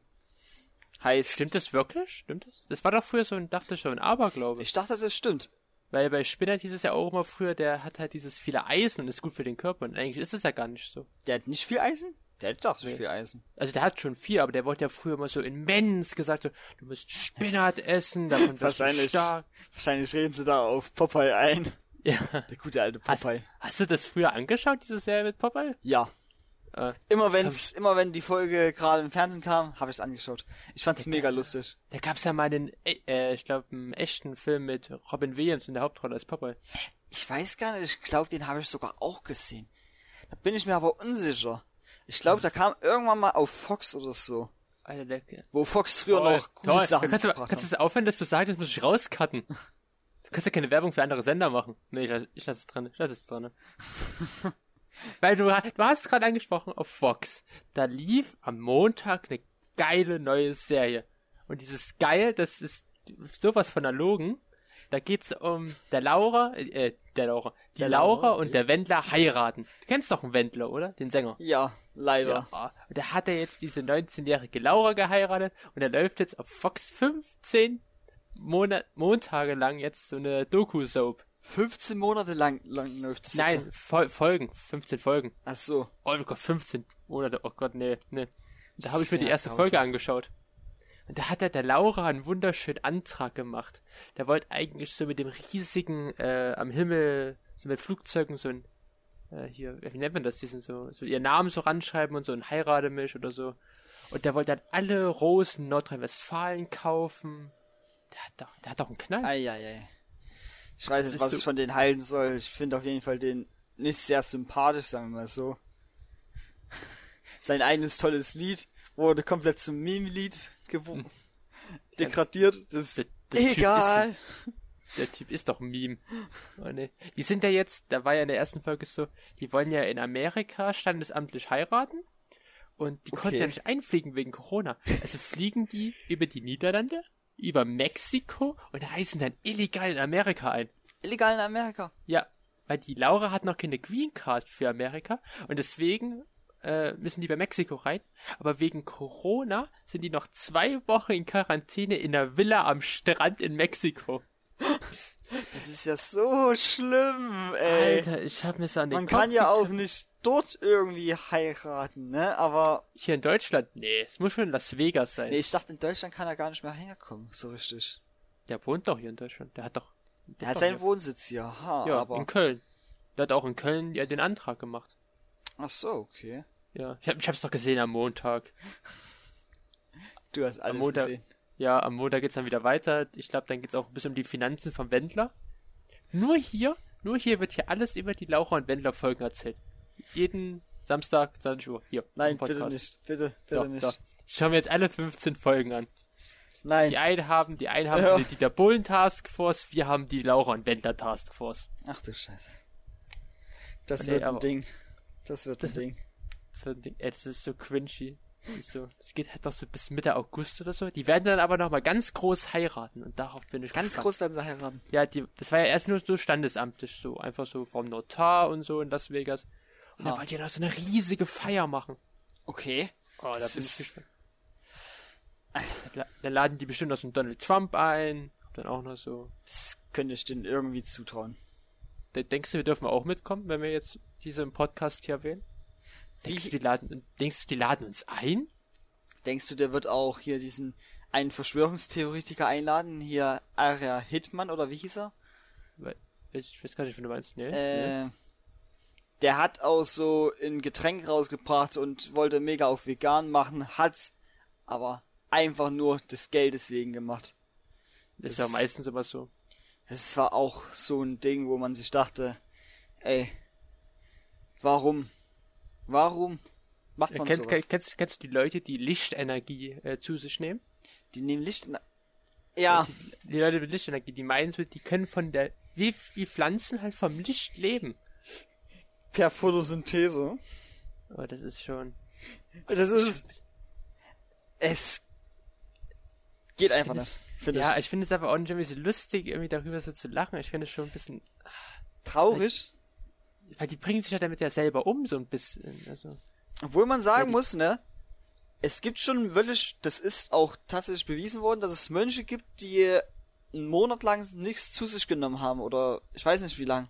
S2: Heißt,
S1: Stimmt das wirklich? Stimmt das? Das war doch früher so ein, dachte schon, ein Aberglaube.
S2: ich dachte, das stimmt.
S1: Weil bei Spinner hieß es ja auch immer früher, der hat halt dieses viele Eisen und ist gut für den Körper. Und eigentlich ist es ja gar nicht so.
S2: Der hat nicht viel Eisen? Der hat doch nicht
S1: Nee.
S2: viel Eisen.
S1: Also der hat schon viel, aber der wurde ja früher immer so immens gesagt, so, du musst Spinat essen, davon wirst du
S2: Wahrscheinlich.
S1: stark. (laughs)
S2: Wahrscheinlich reden sie da auf Popeye ein.
S1: Ja.
S2: Der gute alte Popeye.
S1: Hast du das früher angeschaut, diese Serie mit Popeye?
S2: Ja.
S1: Äh,
S2: Immer wenn's, immer wenn die Folge gerade im Fernsehen kam, habe ich es angeschaut. Ich fand's mega lustig.
S1: da gab's ja mal einen, e- äh, ich glaube, einen echten Film mit Robin Williams in der Hauptrolle als Popeye.
S2: Ich weiß gar nicht, ich glaube, den habe ich sogar auch gesehen. Da bin ich mir aber unsicher. Ich
S1: Hm.
S2: glaube, da kam irgendwann mal auf Fox oder so.
S1: Alter, der,
S2: Wo Fox früher noch gute Sachen
S1: kannst, du,
S2: gebracht
S1: kannst du
S2: hat.
S1: das aufhören, dass du sagst, das muss ich rauscutten? Du kannst ja keine Werbung für andere Sender machen. Nee, ich lasse ich lass es dran. Ich lasse es
S2: (laughs)
S1: dran. Weil du, ha- du hast es gerade angesprochen auf Fox. Da lief am Montag eine geile neue Serie. Und dieses geil, das ist sowas von erlogen. Da geht's um der Laura, äh, der Laura. Die
S2: Der Laura,
S1: Laura,
S2: okay.
S1: und der Wendler heiraten. Du kennst doch einen Wendler, oder? Den Sänger.
S2: Ja, leider.
S1: Ja. Und da hat er jetzt diese 19-jährige Laura geheiratet und er läuft jetzt auf Fox 15 Monat Montage lang jetzt so eine Doku-Soap.
S2: 15 Monate lang, lang läuft das jetzt.
S1: Nein, Fol Folgen, 15 Folgen.
S2: Ach so.
S1: Oh Gott, 15 Monate, oh Gott, nee, nee. Und da habe ich mir die
S2: Sehr
S1: erste
S2: grausam.
S1: Folge angeschaut. Und da hat er der Laura einen wunderschönen Antrag gemacht. Der wollte eigentlich so mit dem riesigen, äh, am Himmel, so mit Flugzeugen so ein, äh, hier, wie nennt man das, diesen so, so ihren Namen so ranschreiben und so ein Heirate mich oder so. Und der wollte dann alle Rosen Nordrhein-Westfalen kaufen. Der hat doch, der hat doch einen Knall.
S2: Eieiei. Ich weiß
S1: Das
S2: nicht,
S1: ist
S2: was
S1: so-
S2: ich von denen halten soll. Ich finde auf jeden Fall den nicht sehr sympathisch, sagen wir mal so. Sein eigenes tolles Lied wurde komplett zum Meme-Lied gewo- degradiert. Das
S1: Hm. Der- der
S2: ist
S1: Typ ist
S2: egal.
S1: Der Typ ist doch ein Meme. Oh, nee. Die sind ja jetzt, da war ja in der ersten Folge so, die wollen ja in Amerika standesamtlich heiraten. Und die konnten
S2: Okay.
S1: ja nicht einfliegen wegen Corona. Also fliegen die über die Niederlande, über Mexiko und reisen dann illegal in Amerika ein.
S2: Illegal in Amerika.
S1: Ja, weil die Laura hat noch keine Green Card für Amerika und deswegen äh, müssen die bei Mexiko rein. Aber wegen Corona sind die noch zwei Wochen in Quarantäne in einer Villa am Strand in Mexiko.
S2: Das ist ja so schlimm, ey.
S1: Alter, ich hab mir so an den
S2: Man
S1: Kopf
S2: kann ja auch nicht dort irgendwie heiraten, ne? Aber
S1: Hier in Deutschland? Nee, es muss schon in Las Vegas sein.
S2: nee, ich dachte, in Deutschland kann er gar nicht mehr herkommen, so richtig.
S1: Der wohnt doch hier in Deutschland. Der hat doch.
S2: Er hat
S1: doch
S2: seinen
S1: hier-
S2: Wohnsitz hier, ha,
S1: Ja,
S2: aber.
S1: in Köln. Der hat auch in Köln ja den Antrag gemacht.
S2: Ach so, okay.
S1: Ja, ich, hab, ich hab's doch gesehen am Montag.
S2: Du hast alles
S1: Montag-
S2: gesehen.
S1: Ja, am Montag geht's dann wieder weiter. Ich glaube, dann geht's auch ein bisschen um die Finanzen vom Wendler. Nur hier, nur hier wird hier alles über die Laura und Wendler Folgen erzählt. Jeden Samstag, 20 Uhr. Hier.
S2: Nein,
S1: auf dem
S2: bitte
S1: Podcast.
S2: nicht. Bitte, bitte
S1: Doch,
S2: nicht.
S1: doch. Ich schaue mir jetzt alle 15 Folgen an.
S2: Nein.
S1: Die einen haben, die einen haben
S2: Ja.
S1: die Dieter Bohlen Taskforce, wir haben die Laura und Wendler Taskforce.
S2: Ach du Scheiße. Das
S1: Nee,
S2: wird ein
S1: aber-
S2: Ding. Das wird ein Ding.
S1: Das wird, ey, das ist so cringy. Das, ist so, das geht halt doch so bis Mitte August oder so. Die werden dann aber nochmal ganz groß heiraten und darauf bin ich
S2: Ganz
S1: gespannt.
S2: groß werden sie heiraten.
S1: Ja, die, das war ja erst nur so standesamtlich, so einfach so vom Notar und so in Las Vegas. Und
S2: Ha.
S1: dann wollt ihr noch so eine riesige Feier machen.
S2: Okay.
S1: Oh, da
S2: Das
S1: bin ich
S2: ist-
S1: gespannt.
S2: Alter.
S1: Da- Dann laden die bestimmt noch so einen Donald Trump ein. Dann auch noch so.
S2: Das könnte ich denen irgendwie zutrauen.
S1: Da denkst du, wir dürfen auch mitkommen, wenn wir jetzt diese im Podcast hier erwähnen? Denkst du, die laden, denkst du, die laden uns ein?
S2: Denkst du, der wird auch hier diesen einen Verschwörungstheoretiker einladen? Hier Aria Hitman oder wie hieß er?
S1: Weil- Ich weiß gar nicht, wie du meinst. Nee. nee.
S2: Äh, der hat auch so ein Getränk rausgebracht und wollte mega auf vegan machen, hat's aber einfach nur des Geldes wegen gemacht.
S1: Das ist ja
S2: das-
S1: meistens immer so.
S2: Es war auch so ein Ding, wo man sich dachte, ey, warum? Warum macht man
S1: Kennst,
S2: sowas?
S1: kennst, kennst du die Leute, die Lichtenergie äh, zu sich nehmen?
S2: Die nehmen Licht in... Ja,
S1: die Leute mit Lichtenergie, die meinen so, die können von der, wie, wie Pflanzen halt vom Licht leben.
S2: per Photosynthese.
S1: Aber das ist schon,
S2: Das ist... Es geht einfach
S1: find's-
S2: nicht, finde
S1: ja,
S2: ich.
S1: ich finde es aber auch nicht irgendwie so lustig, irgendwie darüber so zu lachen. Ich finde es schon ein bisschen,
S2: Traurig.
S1: weil die bringen sich ja damit ja selber um, so ein bisschen, also.
S2: Obwohl man
S1: Ja,
S2: sagen
S1: die-
S2: muss, ne? Es gibt schon wirklich, das ist auch tatsächlich bewiesen worden, dass es Mönche gibt, die einen Monat lang nichts zu sich genommen haben oder ich weiß nicht wie lang.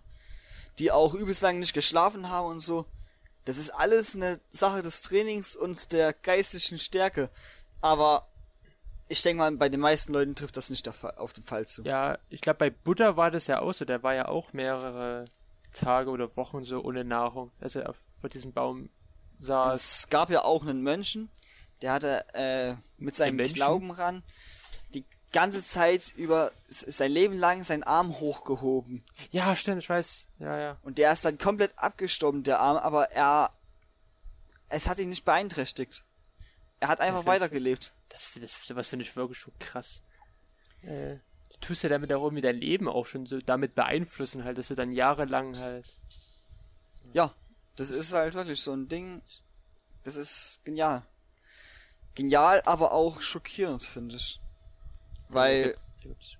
S2: Die auch übelst lang nicht geschlafen haben und so. Das ist alles eine Sache des Trainings und der geistigen Stärke. Aber ich denke mal, bei den meisten Leuten trifft das nicht der Fall, auf den Fall zu.
S1: Ja, ich glaube, bei Buddha war das ja auch so. Der war ja auch mehrere Tage oder Wochen so ohne Nahrung, als er auf, vor diesem Baum saß.
S2: Es gab ja auch einen Mönchen, der hatte äh, mit seinem
S1: Menschen?
S2: Glauben ran die ganze Zeit über s- sein Leben lang seinen Arm hochgehoben.
S1: Ja, stimmt, ich weiß. Ja, ja.
S2: Und der ist dann komplett abgestorben, der Arm, aber er. Es hat ihn nicht beeinträchtigt. Er hat einfach
S1: find ich-
S2: weitergelebt.
S1: Das, das, sowas finde ich wirklich schon krass. Äh, du tust ja damit auch irgendwie dein Leben auch schon so damit beeinflussen halt, dass du dann jahrelang halt.
S2: Ja, das ist halt wirklich so ein Ding. Das ist genial. Genial, aber auch schockierend, finde ich.
S1: Da
S2: Weil
S1: gibt's- da gibt's-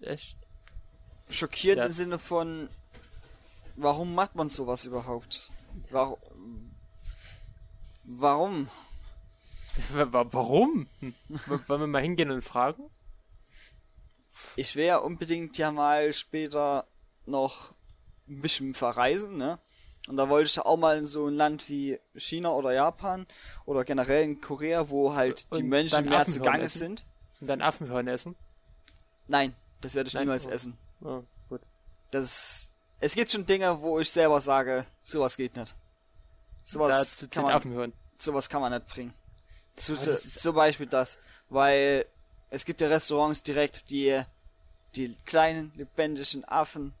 S1: Echt? (laughs)
S2: schockiert
S1: Ja.
S2: im Sinne von, warum macht man sowas überhaupt? Warum? Warum?
S1: Wa- wa- Warum? Hm. W- Wollen wir mal hingehen und fragen?
S2: Ich will ja unbedingt ja mal später noch ein bisschen verreisen, ne? Und da wollte ich ja auch mal in so ein Land wie China oder Japan oder generell in Korea, wo halt die
S1: Und
S2: Menschen
S1: dann
S2: mehr
S1: Affenhirn
S2: zugange
S1: essen?
S2: sind.
S1: Und dann Affenhörner essen?
S2: Nein, das werde ich
S1: Nein,
S2: niemals
S1: oh.
S2: essen.
S1: Oh, gut.
S2: Das ist, es gibt schon Dinge, wo ich selber sage, sowas geht nicht. Sowas
S1: Dazu
S2: kann
S1: zählt
S2: man
S1: Affenhören.
S2: sowas kann man nicht bringen. Zu,
S1: Aber
S2: zu,
S1: das ist-
S2: zum Beispiel das, weil es gibt ja Restaurants direkt, die die kleinen lebendigen Affen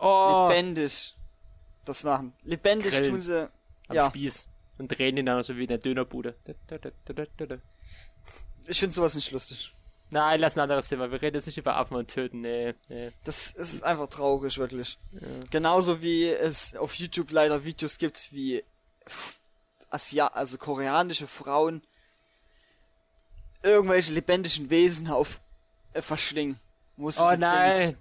S1: Oh,
S2: lebendig das machen. Lebendig
S1: Grillen.
S2: tun sie.
S1: am
S2: ja,
S1: Spieß und drehen ihn dann so wie in der Dönerbude.
S2: ich finde sowas nicht lustig.
S1: Nein, lass ein anderes Thema. Wir reden jetzt nicht über Affen und Töten. Nee, nee.
S2: Das ist einfach traurig, wirklich. Genauso wie es auf YouTube leider Videos gibt, wie f- Asia also koreanische Frauen irgendwelche lebendigen Wesen auf äh, verschlingen. Wo du
S1: Oh
S2: dir denkst,
S1: nein.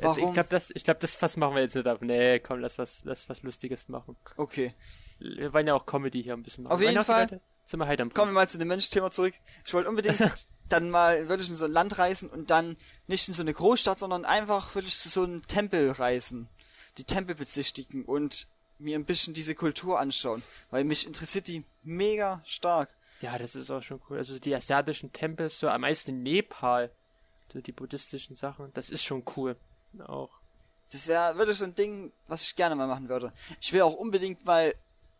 S2: Warum?
S1: Ich glaube, das, ich glaub, das Fass machen wir jetzt nicht ab. Nee, komm, lass was, lass was Lustiges machen.
S2: Okay.
S1: Wir wollen ja auch Comedy hier ein bisschen machen.
S2: Auf
S1: Wir
S2: jeden
S1: wollen auch die
S2: Fall.
S1: Leute- Sind wir halt am
S2: Kommen wir mal zu dem Mensch-Thema zurück. Ich wollte unbedingt dann mal wirklich in so ein Land reisen und dann nicht in so eine Großstadt, sondern einfach wirklich zu so einem Tempel reisen. Die Tempel besichtigen und mir ein bisschen diese Kultur anschauen, weil mich interessiert die mega stark.
S1: Ja, das ist auch schon cool. Also die asiatischen Tempel, so am meisten in Nepal. So die buddhistischen Sachen. Das ist schon cool. Auch.
S2: Das wäre wirklich so ein Ding, was ich gerne mal machen würde. Ich will auch unbedingt mal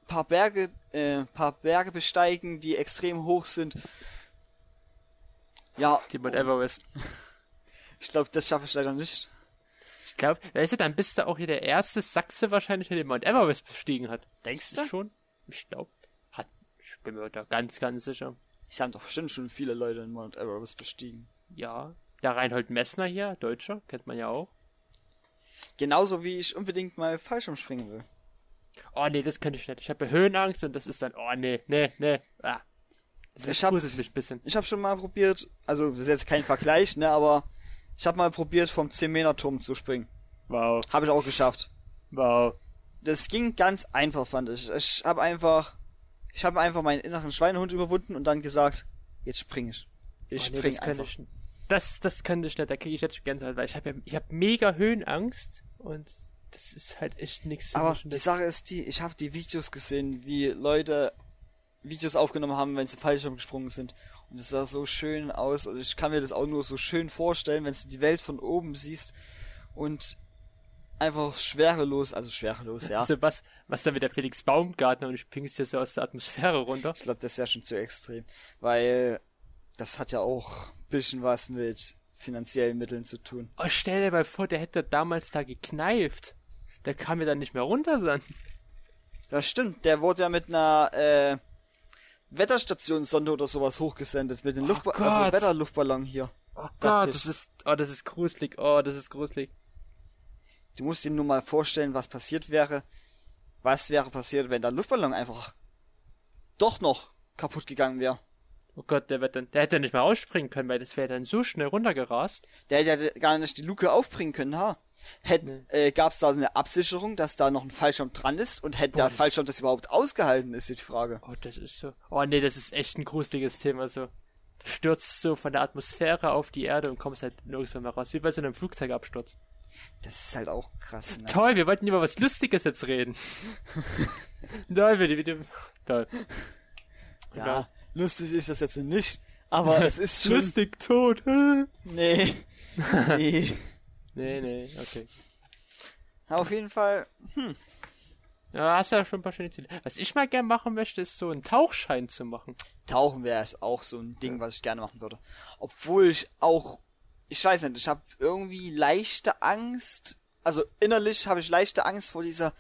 S2: paar Berge, äh, paar Berge besteigen, die extrem hoch sind. Ja,
S1: Die Mount Everest.
S2: ich glaube, das schaffe ich leider nicht.
S1: Ich glaube, weißt du, dann bist du auch hier der erste Sachse wahrscheinlich, der den Mount Everest bestiegen hat.
S2: Denkst
S1: Schon? Ich glaube, hat. Ich bin mir da ganz, ganz sicher.
S2: Es haben doch bestimmt schon viele Leute in Mount Everest bestiegen.
S1: Ja. Der Reinhold Messner hier, Deutscher, kennt man ja auch.
S2: Genauso wie ich unbedingt mal Fallschirmspringen will.
S1: Oh nee, das könnte ich nicht. Ich habe ja Höhenangst und das ist dann, oh nee, nee, nee. Ah. Das
S2: Ich
S1: ist-
S2: hab-
S1: gruselt mich ein bisschen.
S2: Ich habe schon mal probiert, also das ist jetzt kein Vergleich, ne, aber ich habe mal probiert, vom 10-Meter-Turm zu springen.
S1: Wow,
S2: Habe ich auch geschafft.
S1: wow.
S2: Das ging ganz einfach, fand ich. Ich habe einfach, ich habe einfach meinen inneren Schweinehund überwunden und dann gesagt, jetzt springe ich. Ich
S1: Oh, nee,
S2: spring
S1: das könnte
S2: einfach.
S1: ich, das, das könnte ich nicht, da kriege ich jetzt schon Gänsehaut, weil ich habe ja, ich hab mega Höhenangst und das ist halt echt nichts.
S2: Aber die Sache ist die, ich habe die Videos gesehen, wie Leute Videos aufgenommen haben, wenn sie Fallschirm gesprungen sind. Und es sah so schön aus und ich kann mir das auch nur so schön vorstellen, wenn du die Welt von oben siehst und einfach schwerelos, also
S1: (laughs)
S2: schwerelos, ja.
S1: Also was, was da mit der Felix Baumgartner und ich ping's hier so aus der Atmosphäre runter.
S2: Ich glaube, das wäre schon zu extrem, weil das hat ja auch ein bisschen was mit finanziellen Mitteln zu tun.
S1: Oh, stell dir mal vor, der hätte damals da gekneift. Der kam ja dann nicht mehr runter dann.
S2: Das stimmt, der wurde ja mit einer äh, Wetterstationssonde oder sowas hochgesendet, mit dem Luftba also
S1: Gott.
S2: Wetterluftballon hier.
S1: Oh
S2: Gott,
S1: Gott,
S2: das
S1: das ist, oh, das ist gruselig, oh, das ist gruselig.
S2: Du musst dir nur mal vorstellen, was passiert wäre. Was wäre passiert, wenn der Luftballon einfach doch noch kaputt gegangen wäre?
S1: Oh Gott, der wird dann, der hätte nicht mehr ausspringen können, weil das wäre dann so schnell runtergerast.
S2: Der hätte ja gar nicht die Luke aufbringen können, ha? Hätt,
S1: Nee.
S2: äh, Gab es da so eine Absicherung, dass da noch ein Fallschirm dran ist? Und hätte der
S1: das-
S2: Fallschirm das überhaupt ausgehalten, ist die Frage.
S1: Oh, das ist so. Oh nee, das ist echt ein gruseliges Thema so. Du stürzt so von der Atmosphäre auf die Erde und kommst halt nirgendwo mehr raus, wie bei so einem Flugzeugabsturz.
S2: Das ist halt auch krass, ne?
S1: Toll, wir wollten über was Lustiges jetzt reden. (laughs) Toll, wir, wir, toll.
S2: Ja, lustig ist das jetzt nicht,
S1: (laughs)
S2: aber es ist schon...
S1: Lustig, tot. (laughs) hä?
S2: Nee.
S1: (laughs)
S2: nee.
S1: nee, nee, okay.
S2: Auf jeden Fall,
S1: Ja, hast ja schon ein paar schöne Ziele. Was ich mal gern machen möchte, ist so einen Tauchschein zu machen.
S2: Tauchen wäre es auch so ein Ding, was ich gerne machen würde. Obwohl ich auch, ich weiß nicht, ich habe irgendwie leichte Angst, also innerlich habe ich leichte Angst vor dieser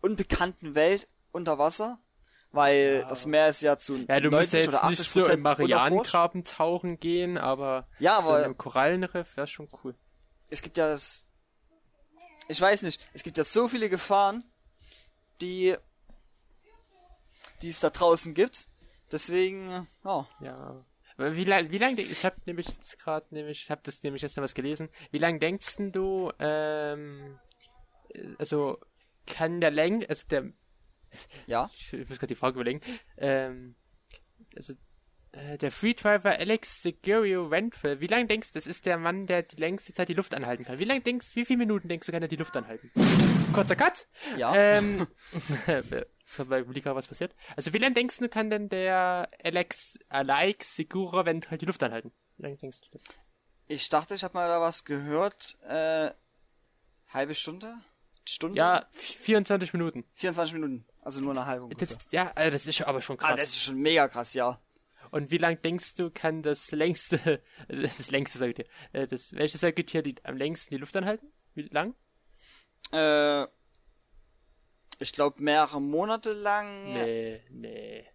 S2: unbekannten Welt unter Wasser, weil
S1: Ja.
S2: das Meer ist ja zu
S1: Ja, du musst ja
S2: 90 oder
S1: jetzt
S2: 80
S1: nicht so im
S2: unterforscht.
S1: Marianengraben tauchen gehen, aber
S2: Ja,
S1: so in
S2: aber
S1: einem Korallenriff wäre schon cool.
S2: es gibt ja das, ich weiß nicht, es gibt ja so viele Gefahren, die, die es da draußen gibt. Deswegen, ja,
S1: Ja. Aber wie lange, wie lang, denk- ich habe nämlich jetzt gerade, nämlich, ich habe das nämlich jetzt noch was gelesen. Wie lange denkst denn du, ähm, äh, also, kann der Läng, also der,
S2: ja.
S1: ich (laughs) muss gerade die Frage überlegen, ähm, also, äh, der Freedriver Alex Segurio Renfell, wie lange denkst du, das ist der Mann, der die längste Zeit die Luft anhalten kann? Wie lange denkst wie viele Minuten denkst du, kann er die Luft anhalten? Kurzer Cut!
S2: Ja. (laughs)
S1: Ähm, (laughs) ist bei Lika was passiert? Also, wie lange denkst du, kann denn der Alex, Alex Segura, wenn halt die Luft anhalten? Wie lange denkst du das?
S2: Ich dachte, ich habe mal da was gehört. Äh, halbe Stunde? Stunde?
S1: Ja, 24 Minuten.
S2: 24 Minuten. Also nur eine halbe Minute.
S1: Das, ja, also das ist aber schon
S2: Ah,
S1: krass.
S2: das ist schon mega krass, ja.
S1: Und wie lang denkst du, kann das längste, (laughs) das längste Säugetier, äh, das, welches Säugetier die, am längsten die Luft anhalten? Wie lang?
S2: Äh, ich glaube, mehrere Monate lang
S1: Nee, nee,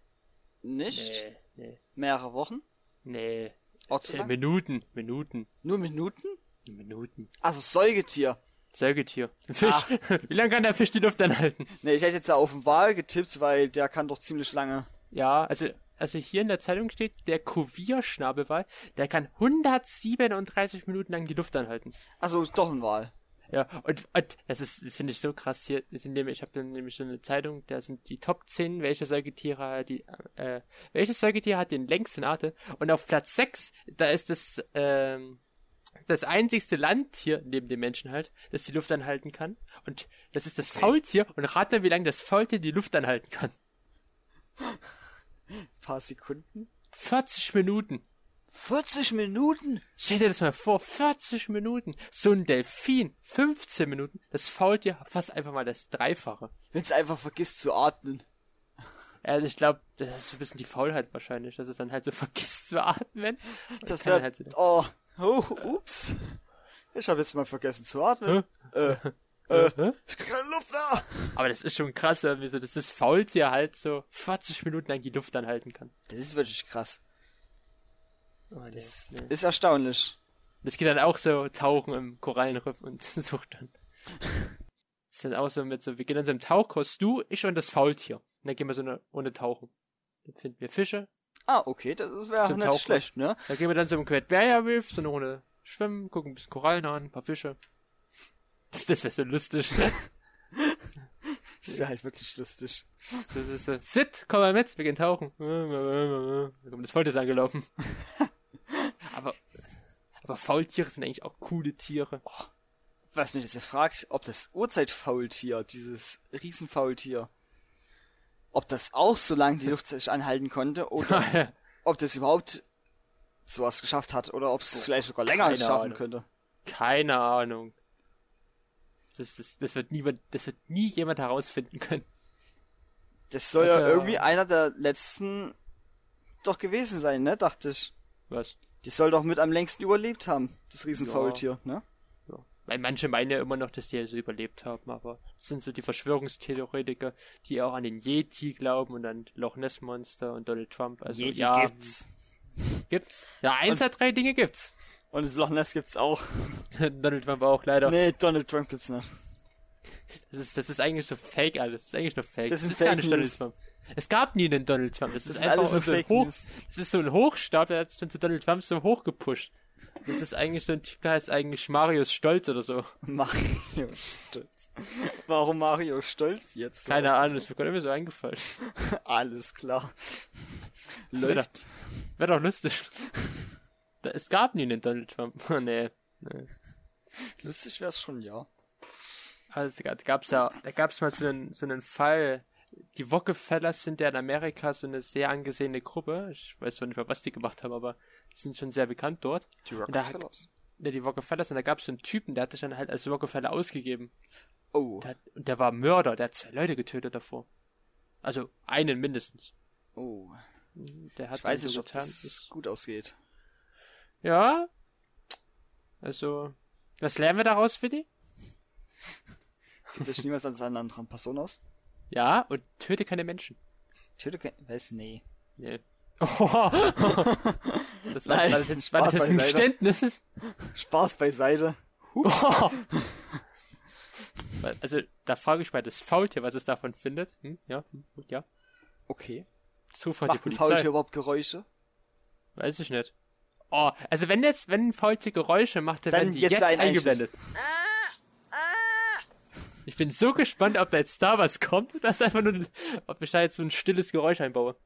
S2: nicht.
S1: nee, nee,
S2: Mehrere Wochen.
S1: nee.
S2: Auch zu
S1: Äh,
S2: lang.
S1: Minuten, Minuten,
S2: Nur Minuten?
S1: Minuten.
S2: Also Säugetier.
S1: Säugetier. Ein Fisch. (laughs)
S2: Ach.
S1: Wie lange kann der Fisch die Luft anhalten?
S2: Nee, ich hätte jetzt da auf den Wal getippt, weil der kann doch ziemlich lange.
S1: Ja, also, also hier in der Zeitung steht, der Kovir-Schnabelwal, der kann 137 Minuten lang die Luft anhalten.
S2: Also ist doch ein Wal.
S1: Ja, und, und das ist, das finde ich so krass hier. Das sind nämlich, ich habe nämlich so eine Zeitung, da sind die Top 10, welche Säugetiere die, äh, welches Säugetier hat den längsten Atem? Und auf Platz 6, da ist das, ähm, das einzigste Landtier neben dem Menschen halt, das die Luft anhalten kann. Und das ist das Faultier. Und rat mal, wie lange das Faultier die Luft anhalten kann.
S2: Ein paar Sekunden.
S1: 40 Minuten.
S2: 40 Minuten?
S1: Stell dir das mal vor, 40 Minuten. So ein Delfin, 15 Minuten. Das Faultier fast einfach mal das Dreifache.
S2: Wenn's einfach vergisst zu atmen.
S1: Also ich glaube, das ist so ein bisschen die Faulheit wahrscheinlich, dass es dann halt so (laughs) vergisst zu atmen. Und
S2: Das
S1: kann
S2: wäre.
S1: halt so-
S2: oh, oh, ups. Ich habe jetzt mal vergessen zu atmen. äh, äh, ich krieg keine Luft da.
S1: Aber das ist schon krass, irgendwie so, dass das Faultier halt so 40 Minuten lang die Luft anhalten kann.
S2: Das ist wirklich krass.
S1: Oh, nee,
S2: Das
S1: nee.
S2: ist erstaunlich.
S1: Das geht dann auch so tauchen im Korallenriff und (laughs) sucht dann. Das ist dann auch so mit so, wir gehen dann so im Tauchkurs, du, ich und das Faultier. Und dann gehen wir so eine Runde tauchen. Dann finden wir Fische.
S2: Ah, okay, das wäre
S1: Zum
S2: nicht
S1: Tauchen.
S2: schlecht, ne?
S1: Dann gehen wir dann so im Quetberger Reef, so eine Runde schwimmen, gucken ein bisschen Korallen an, ein paar Fische. Das, das wäre so lustig. (laughs)
S2: Das wäre halt wirklich lustig.
S1: So, so, so. Sid, komm mal mit, wir gehen tauchen. (laughs) Da kommt das Faultier ist angelaufen. (laughs) aber, aber Faultiere sind eigentlich auch coole Tiere.
S2: Was mich jetzt hier fragt, ob das Urzeitfaultier, dieses Riesenfaultier, ob das auch so lange die Luft sich anhalten konnte
S1: (laughs)
S2: oder ob das überhaupt sowas geschafft hat oder ob es vielleicht sogar länger
S1: keine
S2: schaffen
S1: Ahnung.
S2: könnte.
S1: (laughs) Keine Ahnung. Das, das, das, wird niemand, das wird nie jemand herausfinden können.
S2: Das soll
S1: Das ist
S2: ja
S1: ja-
S2: irgendwie einer der letzten doch gewesen sein, ne? Dachte ich.
S1: Was?
S2: Die soll doch mit am längsten überlebt haben, das Riesenfaultier, ne?
S1: Ja. Weil manche meinen ja immer noch, dass die ja so überlebt haben, aber das sind so die Verschwörungstheoretiker, die auch an den Yeti glauben und an Loch Ness Monster und Donald Trump. Also
S2: Yeti
S1: ja,
S2: gibt's.
S1: gibt's. Ja, eins der drei Dinge gibt's. (laughs)
S2: Und das Loch Ness gibt's auch.
S1: Donald Trump auch leider.
S2: Nee, Donald Trump gibt's nicht.
S1: Das ist, das ist eigentlich so fake alles. Das ist eigentlich nur fake.
S2: Das sind
S1: ist gar
S2: Fake
S1: nicht Donald
S2: News.
S1: Trump. Es gab nie einen Donald Trump. Das,
S2: Das
S1: ist
S2: sind alles
S1: einfach
S2: nur
S1: so ein
S2: Fake
S1: Hoch,
S2: News.
S1: Das ist so ein Hochstab, der hat sich dann zu Donald Trump so hochgepusht. Das ist eigentlich so ein Typ, der heißt eigentlich Marius Stolz oder so.
S2: (laughs) Mario Stolz. Warum Mario Stolz jetzt? so?
S1: Keine Ahnung, das ist mir gerade immer so eingefallen.
S2: (laughs)
S1: (laughs)
S2: Alles klar.
S1: Wäre
S2: Läuft.
S1: doch, wär doch lustig. Da, es gab nie einen Donald Trump. (laughs) Oh, nee. nee.
S2: Lustig wär's schon, ja.
S1: Also da gab's ja, da gab's mal so einen, so einen Fall. Die Wockefellers sind ja in Amerika so eine sehr angesehene Gruppe. Ich weiß zwar nicht mehr, was die gemacht haben, aber die sind schon sehr bekannt dort.
S2: Die
S1: Rockefellers. Ja, ne, die Rockefellers, und da gab's so einen Typen, der hat sich dann halt als Rockefeller ausgegeben.
S2: Oh,
S1: Der, hat- und der war Mörder, der hat zwei Leute getötet davor. Also einen mindestens.
S2: oh.
S1: Der hat
S2: Ich weiß
S1: dann
S2: nicht,
S1: so
S2: ob
S1: getan,
S2: das gut ausgeht.
S1: Ja. Also, was lernen wir daraus, Fiddy?
S2: Gibt sich niemals an einer anderen Person aus?
S1: Ja, und töte keine Menschen.
S2: Töte kein... Weiß, nee.
S1: Nee.
S2: (laughs)
S1: Oh, das war,
S2: Nein,
S1: war das jetzt, war das
S2: Spaß
S1: jetzt ein
S2: beiseite.
S1: Geständnis?
S2: Spaß beiseite.
S1: Oh. (laughs) Weil- Also, da frage ich mal das Faultier, was es davon findet. Hm? Ja, hm, gut, ja.
S2: Okay.
S1: Sofort die
S2: Macht ein
S1: Polizei.
S2: Faultier überhaupt Geräusche?
S1: Weiß ich nicht. Oh, also wenn jetzt, wenn ein Faultier Geräusche macht, dann,
S2: Dann
S1: werden die
S2: jetzt
S1: jetzt,
S2: ein
S1: eingeblendet. Ich bin so gespannt, ob da jetzt da was kommt oder ist einfach nur, ob ich da jetzt so ein stilles Geräusch einbaue.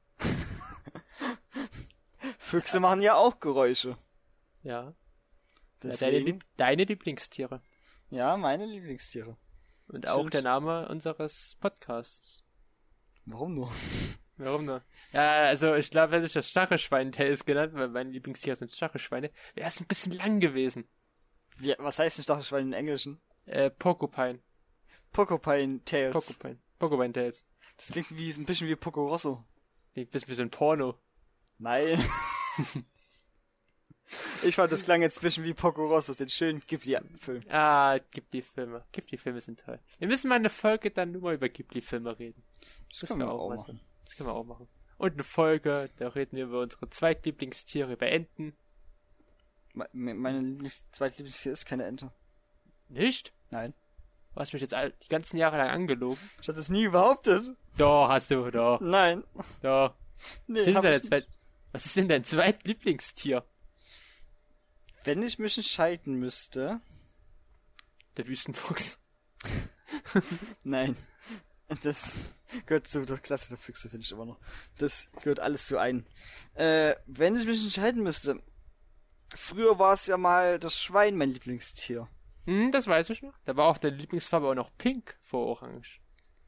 S2: Füchse machen ja auch Geräusche.
S1: Ja. Ja, deine,
S2: Deswegen,
S1: Lieb deine Lieblingstiere.
S2: ja, meine Lieblingstiere.
S1: Und auch
S2: Stimmt.
S1: der Name unseres Podcasts.
S2: Warum nur?
S1: Warum nur? Ja, also ich glaube, hätte ich das Stachelschwein-Tales genannt, weil meine Lieblingstiere sind Stachelschweine, wäre es ein bisschen lang gewesen.
S2: Wie, was heißt ein Stachelschwein im Englischen?
S1: Äh, Porcupine.
S2: Porcupine Tails.
S1: Porcupine. Porcupine-Tales.
S2: Das klingt wie, ein bisschen wie Poco Rosso.
S1: Ein bisschen wie so ein Porno.
S2: Nein. (laughs) ich fand, das klang jetzt ein bisschen wie Poco Rosso, den schönen Ghibli-Film.
S1: Ah, Ghibli-Filme. Ghibli-Filme sind toll. Wir müssen mal eine Folge dann nur mal über Ghibli-Filme reden.
S2: Das,
S1: wär mal so. Das können wir auch machen. Und eine Folge, da reden wir über unsere Zweitlieblingstiere, über Enten.
S2: Me- me- Meine Lieblings zweitlieblingstier ist keine Ente.
S1: Nicht?
S2: Nein.
S1: Du hast mich jetzt all, die ganzen Jahre lang angelogen.
S2: Ich hatte es nie behauptet.
S1: Doch, hast du, doch,
S2: Nein.
S1: doch.
S2: Nee,
S1: Was sind
S2: hab
S1: deine
S2: ich nicht.
S1: Zweit Was ist denn dein Zweitlieblingstier?
S2: Wenn ich mich entscheiden müsste.
S1: Der Wüstenfuchs.
S2: Nein. Das gehört zu der Klasse der Füchse, finde ich immer noch. Das gehört alles zu ein. Äh, wenn ich mich entscheiden müsste. Früher war es ja mal das Schwein mein Lieblingstier.
S1: Hm, das weiß ich noch. Da war auch deine Lieblingsfarbe auch noch pink vor orange.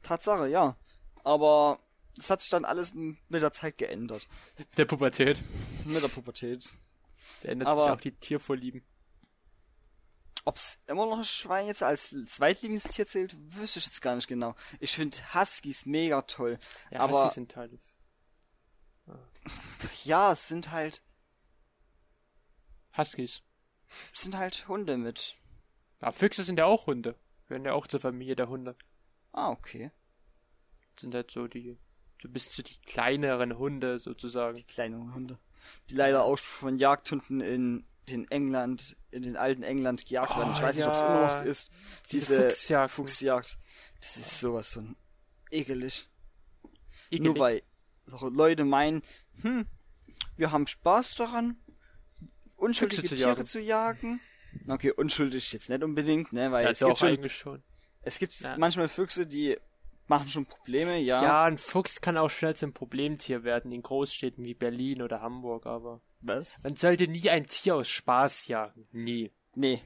S2: Tatsache, ja. Aber das hat sich dann alles m- mit der Zeit geändert.
S1: Der Pubertät.
S2: Mit der Pubertät.
S1: Da ändert sich
S2: Aber-
S1: auch die Tiervorlieben.
S2: Ob es immer noch ein Schwein jetzt als Zweitlieblingstier zählt, wüsste ich jetzt gar nicht genau. Ich finde Huskies mega toll.
S1: Ja,
S2: Aber-
S1: Huskies sind Teil.
S2: Ja, es sind halt,
S1: Huskies.
S2: es sind halt Hunde mit.
S1: Ja, Füchse sind ja auch Hunde. gehören ja auch zur Familie der Hunde.
S2: Ah, okay.
S1: Sind halt so die, so ein bisschen so die kleineren Hunde sozusagen.
S2: Die kleinen Hunde. Die leider auch von Jagdhunden in den England, in den alten England gejagt werden. Ich
S1: Oh,
S2: weiß nicht, ob es
S1: ja.
S2: immer noch ist.
S1: Diese Fuchsjagd.
S2: Fuchsjagd. Das ist sowas von ekelig.
S1: Ekelig.
S2: Nur weil Leute meinen, hm, wir haben Spaß daran, unschuldige
S1: Füchse zu
S2: Tiere
S1: jagen.
S2: zu jagen. Okay, unschuldig jetzt nicht unbedingt, ne? Weil
S1: Ja,
S2: es,
S1: ist
S2: gibt
S1: auch
S2: schon,
S1: eigentlich schon.
S2: es gibt
S1: Ja.
S2: manchmal Füchse, die machen schon Probleme, ja.
S1: Ja, ein Fuchs kann auch schnell zum Problemtier werden in Großstädten wie Berlin oder Hamburg, aber
S2: Was?
S1: man sollte nie ein Tier aus Spaß jagen. Nie.
S2: Nee,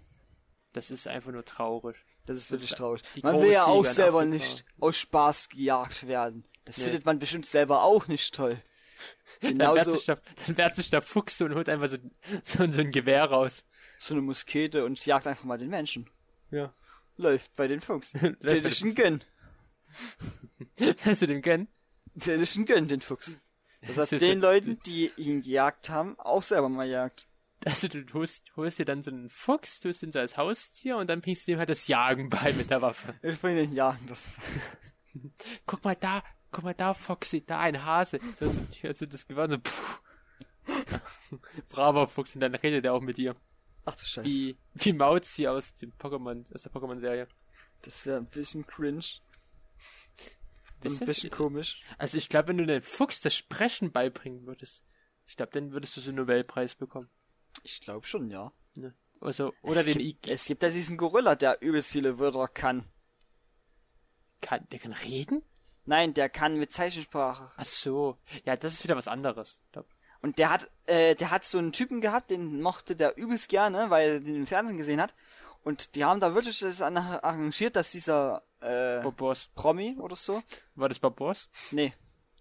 S1: Das ist einfach nur traurig.
S2: das ist wirklich
S1: Die
S2: traurig.
S1: große
S2: Man will ja auch
S1: Jäger in
S2: selber
S1: Afrika.
S2: nicht aus Spaß gejagt werden. Das
S1: Nee.
S2: findet man bestimmt selber auch nicht toll.
S1: (laughs) Dann wehrt,
S2: Genauso
S1: sich der, dann wehrt sich der Fuchs und holt einfach so, (laughs) so, so ein Gewehr raus.
S2: so eine Muskete und jagt einfach mal den Menschen.
S1: Ja. (laughs)
S2: Läuft bei den Fuchsen.
S1: bei den
S2: Tätischen Gönn.
S1: Hast du den Gönn?
S2: Tätischen Gönn, den Fuchs. Das
S1: Das (laughs)
S2: hat
S1: ist
S2: den
S1: so-
S2: Leuten, die ihn gejagt haben, auch selber mal jagt.
S1: Also du holst, holst dir dann so einen Fuchs, tust ihn so als Haustier und dann bringst du dem halt das Jagen bei mit der Waffe.
S2: Ich bring den Jagen das. (laughs)
S1: Guck mal da, guck mal da, Foxy, da ein Hase. So hast du, hast du das Gewehr so, pff. (laughs) Braver Fuchs und dann redet er auch mit dir.
S2: Ach du Scheiße.
S1: Wie, wie Mauzi aus dem Pokémon, aus der Pokémon-Serie.
S2: Das wäre ein bisschen cringe. Und
S1: Bisschen-
S2: ein bisschen komisch.
S1: Also ich glaube, wenn du den Fuchs das Sprechen beibringen würdest, ich glaube, dann würdest du so einen Nobelpreis bekommen.
S2: Ich glaube schon, ja.
S1: Ne? Also, oder
S2: es
S1: den
S2: gibt,
S1: IG
S2: Es gibt ja diesen Gorilla, der übelst viele Wörter kann.
S1: kann, der kann reden?
S2: Nein, der kann mit Zeichensprache.
S1: Ach so. Ja, das ist wieder was anderes. Ich glaub,
S2: Und der hat, äh, der hat so einen Typen gehabt, den mochte der übelst gerne, weil er den im Fernsehen gesehen hat. Und die haben da wirklich das an- arrangiert, dass dieser äh,
S1: Bobors.
S2: Promi oder so.
S1: War das Bobors?
S2: Nee,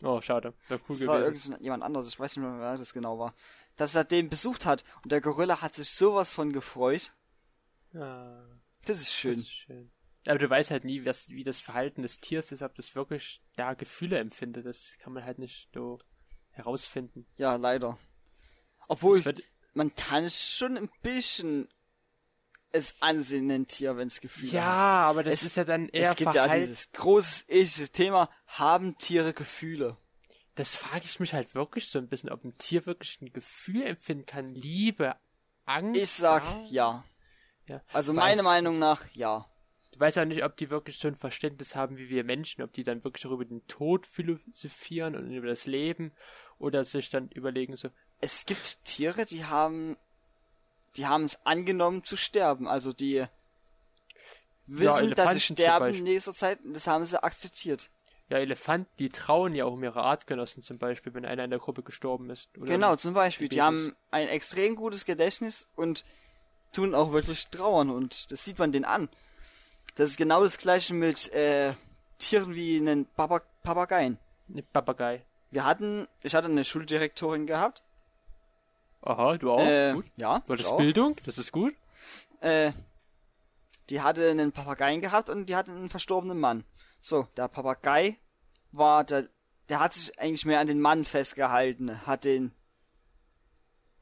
S1: Oh, schade. Wäre cool
S2: das war
S1: gewesen.
S2: irgend so jemand anderes, ich weiß nicht mehr, wer das genau war. Dass er den besucht hat und der Gorilla hat sich sowas von gefreut.
S1: Ah,
S2: Das ist
S1: das
S2: schön.
S1: ist schön. Aber du weißt halt nie, was, wie das Verhalten des Tiers ist, ob das wirklich da Gefühle empfindet. Das kann man halt nicht so herausfinden.
S2: Ja, leider.
S1: Das
S2: Obwohl,
S1: wird,
S2: man kann schon ein bisschen es ansehen, ein Tier, wenn es Gefühle
S1: ja,
S2: hat.
S1: aber das
S2: Es-
S1: ist ja dann eher
S2: Es gibt ja
S1: Verhalten.
S2: dieses großes ethische Thema, haben Tiere Gefühle?
S1: das frage ich mich halt wirklich so ein bisschen, ob ein Tier wirklich ein Gefühl empfinden kann. Liebe, Angst.
S2: Ich sag
S1: Trauer?
S2: ja.
S1: Ja.
S2: Also
S1: Weiß-
S2: meiner Meinung nach ja.
S1: Du weißt ja nicht, ob die wirklich so ein Verständnis haben wie wir Menschen, ob die dann wirklich auch über den Tod philosophieren und über das Leben oder sich dann überlegen so,
S2: Es gibt Tiere, die haben die haben es angenommen zu sterben, also die wissen, dass
S1: Elefanten
S2: sie
S1: zum
S2: sterben in
S1: Beispiel.
S2: nächster Zeit und das haben sie akzeptiert.
S1: ja, Elefanten, die trauen ja auch um ihre Artgenossen zum Beispiel, wenn einer in der Gruppe gestorben ist. Oder
S2: genau, zum Beispiel, die
S1: Babys.
S2: haben ein extrem gutes Gedächtnis und tun auch wirklich trauern und das sieht man denen an. Das ist genau das gleiche mit äh, Tieren wie einen Papa Papageien.
S1: Ein Papagei.
S2: Wir hatten, ich hatte eine Schuldirektorin gehabt.
S1: Aha, du auch?
S2: äh,
S1: Oh, gut.
S2: Ja.
S1: War das
S2: ich auch.
S1: Bildung? Das ist gut.
S2: äh, die hatte einen Papageien gehabt und die hatte einen verstorbenen Mann. So, der Papagei war der, der hat sich eigentlich mehr an den Mann festgehalten, hat den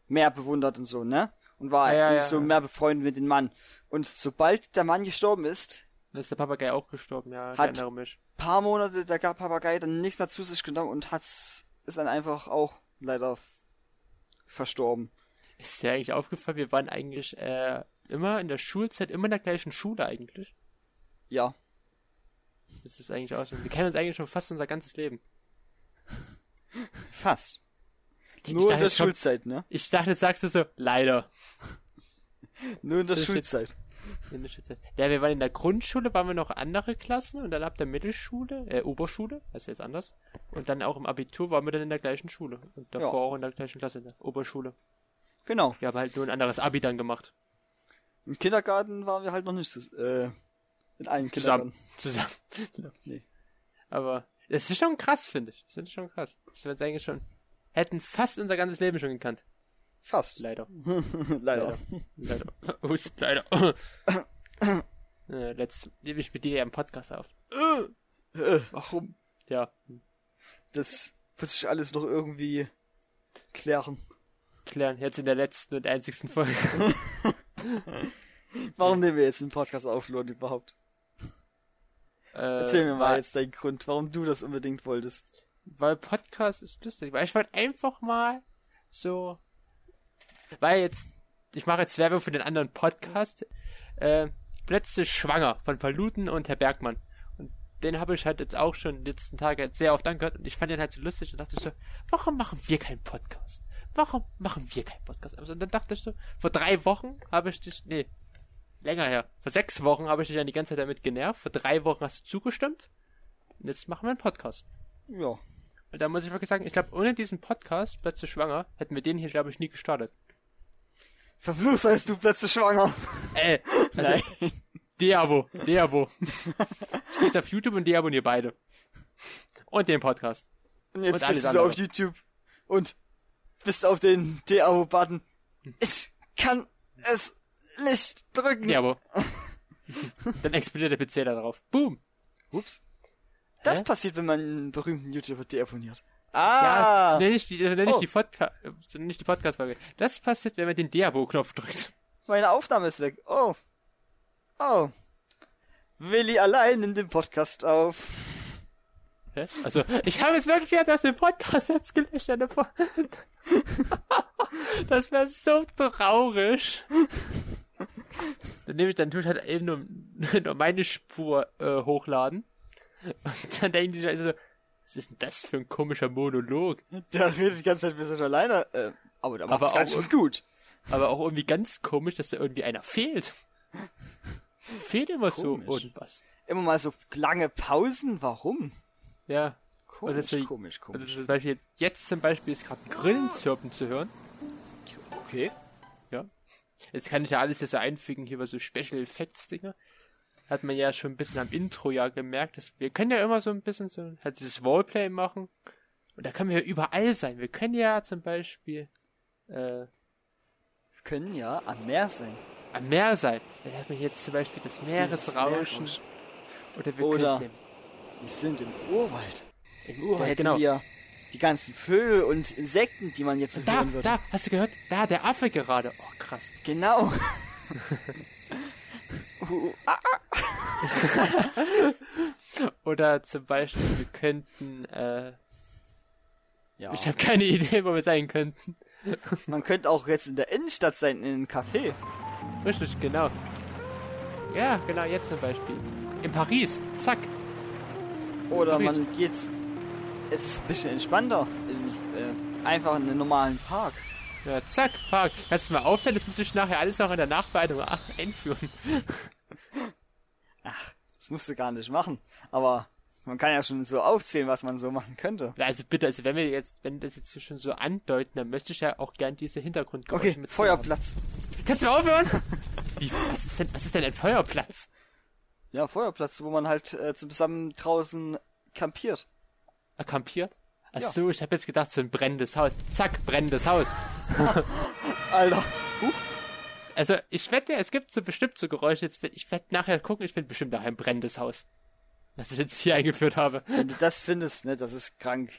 S2: mehr bewundert und so, ne? Und war
S1: Ja, ja,
S2: eigentlich
S1: ja,
S2: so
S1: ja.
S2: mehr befreundet mit dem Mann. Und sobald der Mann gestorben ist,
S1: Dann ist der Papagei auch gestorben, ja, ich
S2: Hat-
S1: erinnere mich.
S2: paar Monate, da gab Papagei dann nichts mehr zu sich genommen und hat's, ist dann einfach auch leider f- verstorben.
S1: Ist dir eigentlich aufgefallen, wir waren eigentlich äh, immer in der Schulzeit, immer in der gleichen Schule eigentlich.
S2: Ja.
S1: Das ist eigentlich auch so. Wir kennen uns eigentlich schon fast unser ganzes Leben.
S2: Fast.
S1: Ich
S2: Nur in
S1: dachte,
S2: der
S1: es kommt- (laughs)
S2: Schulzeit, ne?
S1: Ich dachte, jetzt sagst du so, leider.
S2: Nur in der
S1: Das ist jetzt-
S2: Schulzeit.
S1: In der Schulzeit. Ja, wir waren in der Grundschule, waren wir noch andere Klassen und dann ab der Mittelschule, äh, Oberschule, das ist jetzt anders. Und dann auch im Abitur waren wir dann in der gleichen Schule. Und davor
S2: Ja.
S1: auch in der gleichen Klasse, in der Oberschule.
S2: Genau.
S1: Wir haben halt nur ein anderes Abi dann gemacht. (laughs)
S2: Im Kindergarten waren wir halt noch nicht zus- äh, in einem
S1: Zusammen.
S2: Kindergarten.
S1: Zusammen.
S2: Nee.
S1: Aber das ist schon krass, finde ich. Das finde ich schon krass. Das wir uns eigentlich schon, hätten fast unser ganzes Leben schon gekannt.
S2: Fast.
S1: Leider.
S2: (laughs) Leider.
S1: Leider.
S2: (laughs)
S1: Hust,
S2: (coughs)
S1: leider. äh, letzt nehme ich mit dir ja im Podcast auf.
S2: Äh,
S1: Warum? Ja,
S2: Das wird sich alles noch irgendwie klären.
S1: klären. Jetzt in der letzten und einzigsten Folge.
S2: Warum nehmen wir jetzt den Podcast auf, Lord, überhaupt?
S1: Äh,
S2: Erzähl mir mal
S1: weil-
S2: jetzt deinen Grund, warum du das unbedingt wolltest.
S1: Weil Podcast ist lustig. Weil ich wollte einfach mal so. Weil jetzt. Ich mache jetzt Werbung für den anderen Podcast. Äh, plötzlich schwanger von Paluten und Herr Bergmann. Und den habe ich halt jetzt auch schon die letzten Tage jetzt sehr oft angehört. Und ich fand den halt so lustig und dachte ich so, warum machen wir keinen Podcast? Warum machen wir keinen Podcast? Also, und dann dachte ich so, vor drei Wochen habe ich dich. Nee. Länger her. Vor sechs Wochen habe ich dich ja die ganze Zeit damit genervt. Vor drei Wochen hast du zugestimmt. Und jetzt machen wir einen Podcast.
S2: Ja.
S1: Und da muss ich wirklich sagen, ich glaube, ohne diesen Podcast, plötzlich schwanger, hätten wir den hier, glaube ich, nie gestartet.
S2: Verflucht seist du plötzlich schwanger.
S1: Äh, also, Deabo, Deabo. ich geh jetzt auf YouTube und deabonniere beide. Und den Podcast.
S2: Und jetzt
S1: Und alles
S2: bist du so auf
S1: andere.
S2: YouTube und bist auf den De-Abo-Button.
S1: Hm.
S2: Ich kann es nicht drücken.
S1: Deabo. Dann explodiert der PC da drauf. Boom.
S2: Ups. Das
S1: Hä?
S2: passiert, wenn man einen berühmten YouTuber deabonniert.
S1: Ja,
S2: Ah!
S1: das nenne ich die, das nenne
S2: Oh.
S1: ich die, Podca äh, das nenne ich die Podcast-Folge. Das passiert, wenn man den Deabo-Knopf drückt.
S2: meine Aufnahme ist weg. Oh. Oh. Willi allein in dem Podcast auf. (laughs)
S1: Hä? Also, ich habe jetzt wirklich gedacht, du hast den Podcast jetzt gelöscht. Eine Po- (laughs) das wäre so traurig. Dann nehme ich, dann tue ich halt eben nur, (laughs) nur meine Spur äh, hochladen. Und dann denken die sich also so, was ist denn das für ein komischer Monolog?
S2: Der redet die ganze Zeit mit sich alleine. Äh, aber der
S1: Aber
S2: macht's ganz
S1: auch-
S2: schön gut.
S1: Aber auch irgendwie ganz komisch, dass da irgendwie einer fehlt. Fehlt immer
S2: Komisch.
S1: so irgendwas.
S2: Immer mal so lange Pausen. Warum?
S1: Ja.
S2: Komisch,
S1: Also jetzt-
S2: komisch, komisch.
S1: Also zum Beispiel jetzt, jetzt zum Beispiel ist gerade ein Grillenzirpen zu hören.
S2: okay.
S1: Ja. Jetzt kann ich ja alles hier so einfügen hier über so Special Effects Dinge. Hat man ja schon ein bisschen am Intro ja gemerkt. Dass wir können ja immer so ein bisschen so halt dieses Wallplay machen. Und da können wir ja überall sein. Wir können ja zum Beispiel äh,
S2: Wir können ja am Meer sein.
S1: am Meer sein. Dann hat man jetzt zum Beispiel das Meeresrauschen.
S2: Meerrauschen.
S1: Oder wir
S2: Oder-
S1: könnten
S2: Wir sind im Urwald.
S1: im, im
S2: Da
S1: Urwald,
S2: hätten
S1: genau.
S2: wir die ganzen Vögel und Insekten, die man jetzt
S1: Da,
S2: entdecken würde.
S1: da, hast du gehört? Da, der Affe gerade. Oh, krass.
S2: Genau. uh, ah,
S1: Oder zum Beispiel, wir könnten, äh,
S2: ja.
S1: ich habe keine (laughs) Idee, wo wir sein könnten.
S2: Man könnte auch jetzt in der Innenstadt sein, in einem Café.
S1: Richtig, genau. Ja, genau, jetzt zum Beispiel. In Paris, zack.
S2: Oder
S1: Paris.
S2: man geht. Es ist ein bisschen entspannter. In, äh, einfach in einen normalen Park.
S1: Ja, zack, fuck. Kannst du mal aufhören, das muss ich nachher alles noch in der Nachbereitung a- (laughs) einführen.
S2: Ach, das musst du gar nicht machen. Aber man kann ja schon so aufzählen, was man so machen könnte.
S1: Na, Also bitte, also wenn wir jetzt, wenn wir das jetzt hier schon so andeuten, dann möchte ich ja auch gern diese Hintergrundgeräusche
S2: Okay,
S1: mit
S2: Feuerplatz.
S1: haben. Kannst du mal aufhören? (laughs) Wie, was ist denn, was ist denn ein Feuerplatz?
S2: Ja, Feuerplatz, wo man halt äh, zusammen draußen kampiert.
S1: Er Äh, kampiert? Ach so, ich habe jetzt gedacht, so ein brennendes Haus. Zack, brennendes Haus.
S2: Alter. Huh.
S1: Also ich wette, es gibt so bestimmt so Geräusche. Jetzt, werd- ich werde nachher gucken, ich finde bestimmt nachher ein brennendes Haus. Was ich jetzt hier eingeführt habe.
S2: Wenn du das findest, ne, das ist krank.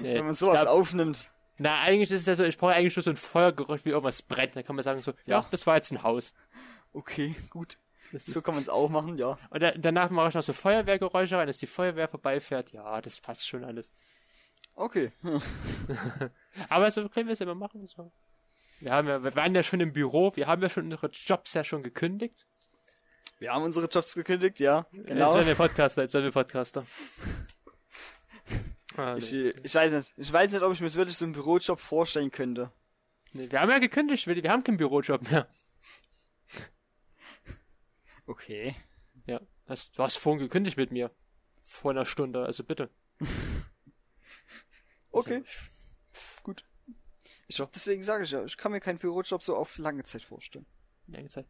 S1: Nee,
S2: Wenn man sowas
S1: ich glaub-
S2: aufnimmt.
S1: Na, eigentlich ist es ja so, ich brauche eigentlich nur so ein Feuergeräusch, wie irgendwas brennt. Da kann man sagen so, ja,
S2: Ja.
S1: das war jetzt ein Haus.
S2: Okay, gut.
S1: Das
S2: So
S1: ist,
S2: kann man es auch machen, ja.
S1: und da, danach mache ich noch so Feuerwehrgeräusche rein, dass die Feuerwehr vorbeifährt. Ja, das passt schon alles.
S2: Okay. Hm.
S1: Aber so können wir es immer machen. So. Wir, haben ja, wir waren ja schon im Büro, wir haben ja schon unsere Jobs ja schon gekündigt.
S2: Wir haben unsere Jobs gekündigt, ja.
S1: Jetzt
S2: Genau.
S1: werden wir Podcaster, jetzt werden wir Podcaster. Ah, nee.
S2: Ich, ich weiß nicht. Ich weiß nicht, ob ich mir wirklich so einen Bürojob vorstellen könnte.
S1: Nee, wir haben ja gekündigt, Willi, wir haben keinen Bürojob mehr.
S2: Okay.
S1: Ja, hast, du hast vorhin gekündigt mit mir. Vor einer Stunde, also bitte.
S2: Okay.
S1: Also,
S2: Gut. Ich, deswegen sage ich ja, ich kann mir keinen Bürojob so auf lange Zeit vorstellen.
S1: lange Zeit.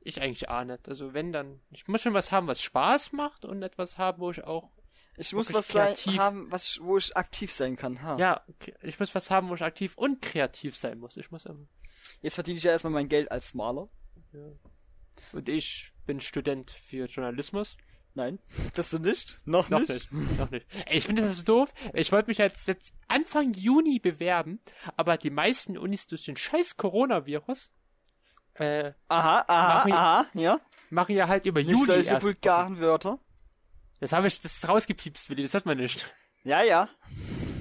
S1: Ich eigentlich auch nicht. Also wenn dann. Ich muss schon was haben, was Spaß macht und etwas haben, wo ich auch.
S2: Ich muss
S1: Wirklich
S2: was sein,
S1: kreativ.
S2: haben, was, ich- wo ich aktiv sein kann. Ha.
S1: Ja, k- ich muss was haben, wo ich aktiv und kreativ sein muss. Ich muss ähm,
S2: Jetzt verdiene ich ja erstmal mein Geld als Maler.
S1: und ich bin Student für Journalismus.
S2: Nein, (laughs) bist du nicht? Noch,
S1: Noch
S2: nicht?
S1: nicht. Noch nicht. Ey, ich finde das so doof. Ich wollte mich jetzt, jetzt Anfang Juni bewerben, aber die meisten Unis durch den scheiß Coronavirus äh,
S2: Aha, aha,
S1: Mach ich-
S2: aha, ja.
S1: machen ja halt über
S2: Nicht
S1: Juli
S2: solche
S1: erst.
S2: vulgaren Wörter.
S1: Das habe ich, das ist rausgepiepst, Willi, das hat man nicht.
S2: Ja, ja.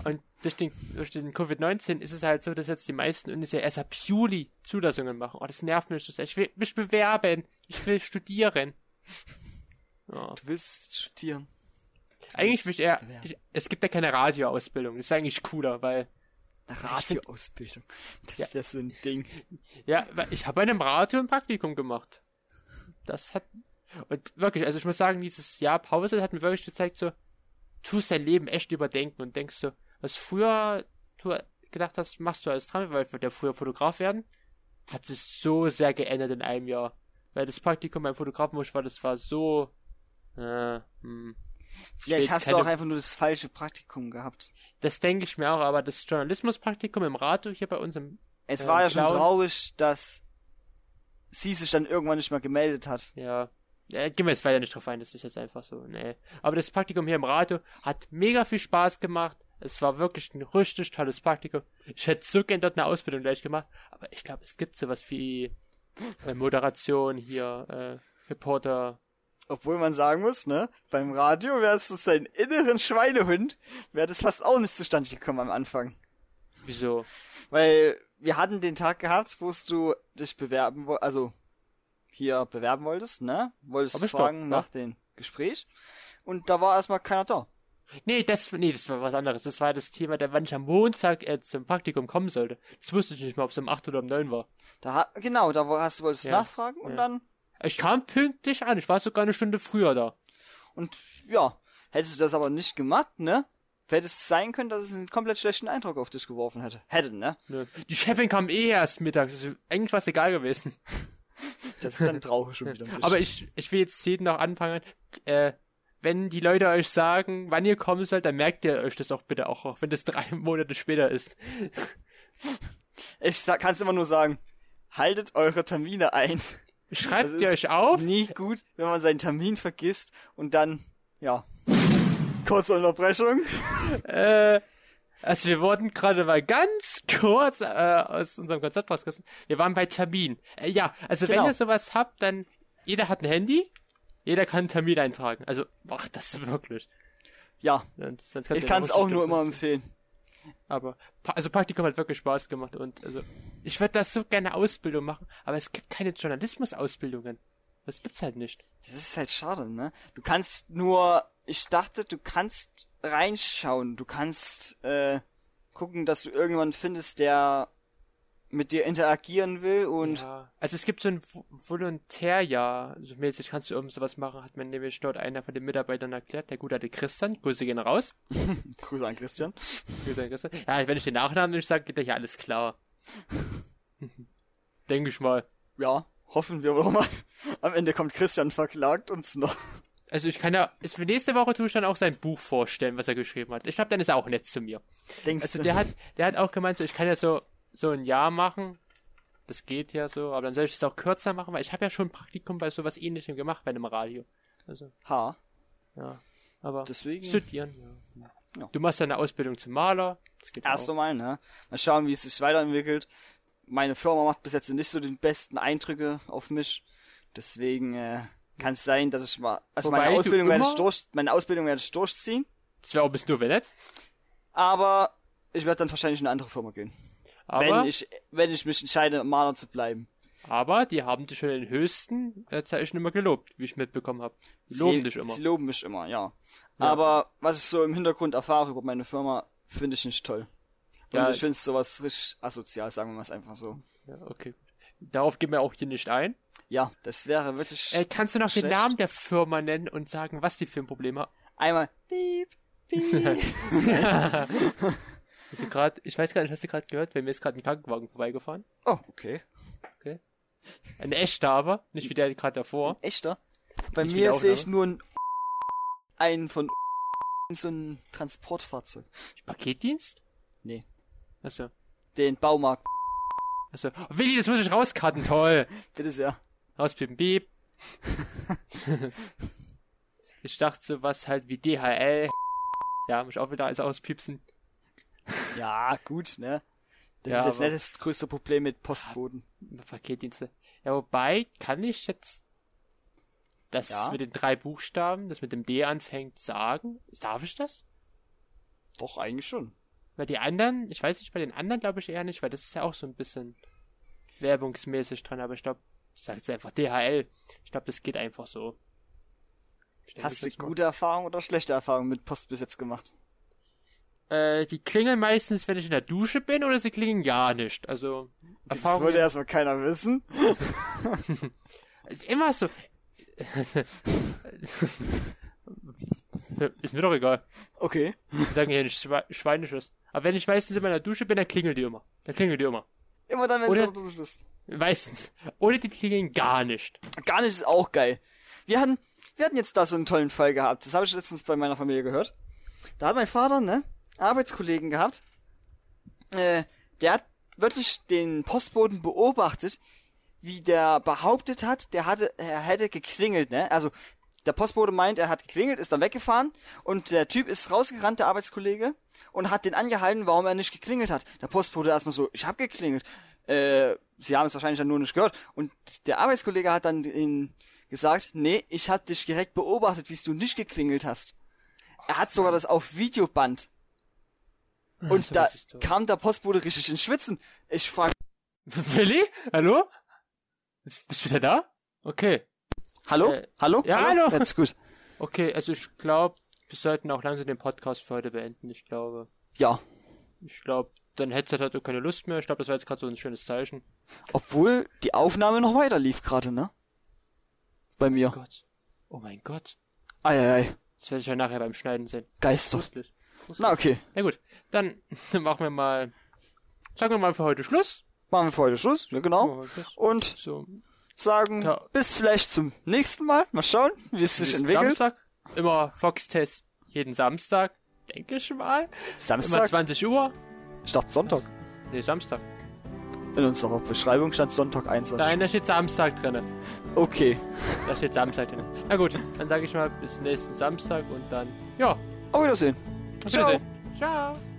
S1: Und durch den, durch den Covid-19 ist es halt so, dass jetzt die meisten Unis ja erst ab Juli Zulassungen machen. Oh, das nervt mich so sehr. Ich will mich bewerben. Ich will studieren. Ja.
S2: Du willst studieren. Du
S1: Eigentlich will
S2: willst
S1: ich eher,
S2: bewerben.
S1: ich, es gibt ja keine Radioausbildung. Das wäre eigentlich cooler, weil,
S2: Eine Radioausbildung. Das
S1: Ja.
S2: wäre so ein Ding.
S1: ja, weil ich habe bei einem Radio ein Praktikum gemacht. Das hat, und wirklich, also ich muss sagen, dieses Jahr Pause hat mir wirklich gezeigt, so, tust dein Leben echt überdenken und denkst so, was früher du gedacht hast, machst du alles dran, weil wir ja früher Fotograf werden, hat sich so sehr geändert in einem Jahr. Weil das Praktikum beim Fotografen, wo ich war, das war so, äh, hm. Ich will
S2: Vielleicht
S1: jetzt
S2: hast du
S1: keine-
S2: auch einfach nur das falsche Praktikum gehabt.
S1: Das denke ich mir auch, aber das Journalismuspraktikum im Radio hier bei uns im.
S2: Es
S1: Ja,
S2: war ja schon
S1: Clown.
S2: traurig, dass sie sich dann irgendwann nicht mehr gemeldet hat.
S1: Ja. Äh, gehen wir jetzt weiter nicht drauf ein, das ist jetzt einfach so, nee. Aber das Praktikum hier im Radio hat mega viel Spaß gemacht. Es war wirklich ein richtig tolles Praktikum. Ich hätte so gern dort eine Ausbildung gleich gemacht, aber ich glaube, es gibt sowas wie äh, Moderation hier, äh, Reporter.
S2: Obwohl man sagen muss, ne, beim Radio wärst du seinen inneren Schweinehund, wäre das fast auch nicht zustande gekommen am Anfang.
S1: Wieso?
S2: Weil wir hatten den Tag gehabt, wo du dich bewerben wolltest, also hier bewerben wolltest, ne? Wolltest
S1: Hab ich doch,
S2: fragen
S1: ja.
S2: nach dem Gespräch. Und da war erstmal keiner da.
S1: Nee, das, nee, das war was anderes. Das war das Thema, der wann ich am Montag äh, zum Praktikum kommen sollte. Das wusste ich nicht mal, ob es um 8 oder um 9 war.
S2: Da ha- genau, da wo- hast, wolltest du
S1: Ja,
S2: nachfragen und
S1: ja.
S2: dann
S1: Ich kam pünktlich an, ich war sogar eine Stunde früher da.
S2: und ja, hättest du das aber nicht gemacht, ne? Hätte es sein können, dass es einen komplett schlechten Eindruck auf dich geworfen hätte. Hätte, ne?
S1: Ne. Die Chefin kam eh erst mittags, also eigentlich war es egal gewesen.
S2: Das ist dann
S1: (laughs)
S2: traurig schon wieder. ein bisschen.
S1: Aber ich, ich will jetzt jeden noch anfangen. Äh, wenn die Leute euch sagen, wann ihr kommen sollt, dann merkt ihr euch das auch bitte auch, auch wenn das (laughs) drei Monate später ist.
S2: Ich kann es immer nur sagen, haltet eure Termine ein.
S1: Schreibt
S2: Das
S1: ihr
S2: ist
S1: euch auf?
S2: Nie gut, wenn man seinen Termin vergisst und dann, ja. Kurze Unterbrechung.
S1: Äh, also wir wurden gerade mal ganz (laughs) kurz äh, aus unserem Konzept rausgerissen. Wir waren bei Termin. Äh, ja, also
S2: Genau.
S1: wenn ihr sowas habt, dann jeder hat ein Handy, jeder kann einen Termin eintragen. Also macht das wirklich.
S2: Ja,
S1: Sonst, sonst
S2: ich kann es auch nur immer empfehlen.
S1: Aber, Pa- also Praktikum hat wirklich Spaß gemacht und, also, ich würde das so gerne Ausbildung machen, aber es gibt keine Journalismusausbildungen. Das gibt's halt nicht.
S2: Das ist halt schade, ne? Du kannst nur, ich dachte, du kannst reinschauen, du kannst äh, gucken, dass du irgendjemanden findest, der mit dir interagieren will und
S1: ja. Also es gibt so ein Vo- Volontärjahr, so mäßig kannst du irgend sowas machen, hat mir nämlich dort einer von den Mitarbeitern erklärt, der gute alte Christian, Grüße gehen raus.
S2: Grüße an Christian.
S1: Grüße an Christian. Ja, wenn ich den Nachnamen nicht sage, geht euch ja alles klar. (laughs) Denke ich mal.
S2: Ja, hoffen wir doch mal. Am Ende kommt Christian verklagt uns noch.
S1: Also ich kann ja, ist, für nächste Woche tue ich dann auch sein Buch vorstellen, was er geschrieben hat. Ich glaube, dann ist er auch nett zu mir.
S2: Denkst
S1: Also
S2: du?
S1: der hat, der hat auch gemeint, so, ich kann ja so, so ein Jahr machen. Das geht ja so, aber dann soll ich es auch kürzer machen, weil ich habe ja schon ein Praktikum bei sowas ähnlichem gemacht bei einem Radio. Also,
S2: Ha,
S1: ja. Aber
S2: deswegen.
S1: studieren, ja.
S2: Ja.
S1: Du machst ja eine Ausbildung zum Maler. Das geht ja
S2: Erst
S1: auch.
S2: einmal, ne? Mal schauen, wie es sich weiterentwickelt. Meine Firma macht bis jetzt nicht so den besten Eindrücke auf mich. Deswegen äh, kann es sein, dass ich mal. Also
S1: Wobei
S2: meine
S1: du
S2: Ausbildung, werde ich
S1: immer-
S2: durch, meine Ausbildung werde ich durchziehen.
S1: Das wäre auch ein bisschen doof, wenn nicht.
S2: Aber ich werde dann wahrscheinlich in eine andere Firma gehen.
S1: Aber,
S2: Wenn ich wenn ich mich entscheide, Maler zu bleiben.
S1: aber die haben dich schon in den höchsten äh, Zeichen immer gelobt, wie ich mitbekommen habe. Loben
S2: Sie-
S1: dich immer.
S2: Sie loben mich immer, ja. Aber was ich so im Hintergrund erfahre über meine Firma, finde ich nicht toll. Und
S1: Ja.
S2: ich finde sowas richtig asozial, sagen wir mal es einfach so.
S1: Ja, okay. Darauf gehen wir auch hier nicht ein.
S2: Ja, das wäre wirklich.
S1: Äh, kannst du noch den
S2: Schlecht.
S1: Namen der Firma nennen und sagen, was die für ein Problem hat?
S2: Einmal piep, piep.
S1: Hast du grad, ich weiß gar nicht, hast du gerade gehört, weil mir ist gerade ein Krankenwagen vorbeigefahren.
S2: Oh, okay.
S1: Ein echter aber, nicht wie der gerade davor.
S2: Echter? Bei
S1: Nicht
S2: mir
S1: wieder Aufnahme.
S2: sehe ich nur einen einen von (laughs) so ein Transportfahrzeug.
S1: Paketdienst?
S2: Nee.
S1: Achso.
S2: Den Baumarkt.
S1: Achso. Oh, Willi, das muss ich rauskarten, toll.
S2: Bitte sehr.
S1: Rauspiepen,
S2: (laughs)
S1: beep. ich dachte sowas halt wie DHL. Ja, muss ich auch wieder alles auspiepsen.
S2: Ja, gut, ne? Das
S1: Ja,
S2: ist jetzt
S1: aber-
S2: nicht das größte Problem mit Postboten.
S1: Paketdienste. Ja, wobei, kann ich jetzt. das
S2: Ja.
S1: mit den drei Buchstaben, das mit dem D anfängt, sagen? Darf ich das?
S2: Doch, eigentlich schon.
S1: Weil die anderen, ich weiß nicht, bei den anderen glaube ich eher nicht, weil das ist ja auch so ein bisschen werbungsmäßig dran, aber ich glaube, ich sage jetzt einfach DHL. Ich glaube, das geht einfach so. Ich denke,
S2: Hast du
S1: das macht-
S2: gute Erfahrungen oder schlechte Erfahrungen mit Post bis jetzt gemacht?
S1: Äh, die klingeln meistens, wenn ich in der Dusche bin, oder sie klingeln gar nicht. Also,
S2: Das wollte
S1: Erfahrung
S2: erstmal keiner wissen.
S1: ist immer so. (laughs) ist mir doch egal.
S2: Okay.
S1: Wir sagen ja nicht Schwe Schweinisches. Aber wenn ich meistens in meiner Dusche bin, dann klingelt die immer. Dann klingelt die immer.
S2: Immer dann, wenn
S1: Oder-
S2: du unter Dusche bist.
S1: Meistens. Oder die klingeln gar nicht.
S2: Gar nicht ist auch geil. Wir hatten, wir hatten jetzt da so einen tollen Fall gehabt. Das habe ich letztens bei meiner Familie gehört. Da hat mein Vater, ne, Arbeitskollegen gehabt. Äh, der hat wirklich den Postboten beobachtet, wie der behauptet hat, der hatte, er hätte geklingelt, ne? Also der Postbote meint, er hat geklingelt, ist dann weggefahren und der Typ ist rausgerannt, der Arbeitskollege, und hat den angehalten, warum er nicht geklingelt hat. Der Postbote erstmal so, ich habe geklingelt. Äh, sie haben es wahrscheinlich dann nur nicht gehört. Und der Arbeitskollege hat dann ihn gesagt, nee, ich habe dich direkt beobachtet, wie du nicht geklingelt hast. Er hat sogar das auf Videoband. Und da
S1: sowas ist doof.
S2: kam der Postbote richtig ins Schwitzen. Ich frage,
S1: Willi? Hallo? Bist du wieder da? Okay.
S2: hallo?
S1: Äh,
S2: hallo?
S1: ja, hallo.
S2: Jetzt gut.
S1: Okay, also ich glaube, wir sollten auch langsam den Podcast für heute beenden, ich glaube.
S2: Ja.
S1: Ich glaube, dein Headset hat halt auch keine Lust mehr. Ich glaube, das war jetzt gerade so ein schönes Zeichen.
S2: Obwohl die Aufnahme noch weiter lief gerade, ne? Bei mir.
S1: Gott. Oh mein Gott.
S2: Eieiei.
S1: Das werde ich ja nachher beim Schneiden sehen.
S2: Geister.
S1: Lustig.
S2: Na okay.
S1: Na gut, dann (laughs) machen wir mal. Sagen wir mal für heute Schluss.
S2: Machen wir für heute Schluss. Ja, genau.
S1: Machen wir Schluss.
S2: Und
S1: So,
S2: sagen
S1: Ja.
S2: bis vielleicht zum nächsten Mal. Mal schauen, wie es sich
S1: Bis
S2: entwickelt.
S1: Samstag. Immer Fox-Test. Jeden Samstag. Denke ich mal. Immer
S2: Samstag.
S1: 20 Uhr.
S2: Statt Sonntag.
S1: Nee, Samstag.
S2: In unserer Beschreibung stand Sonntag 21.
S1: Nein, da steht Samstag drin.
S2: Okay.
S1: Da steht Samstag drin. Na gut, dann sage ich mal bis nächsten Samstag und dann, ja,
S2: Auf Wiedersehen.
S1: auf
S2: Ciao.
S1: Wiedersehen. Ciao.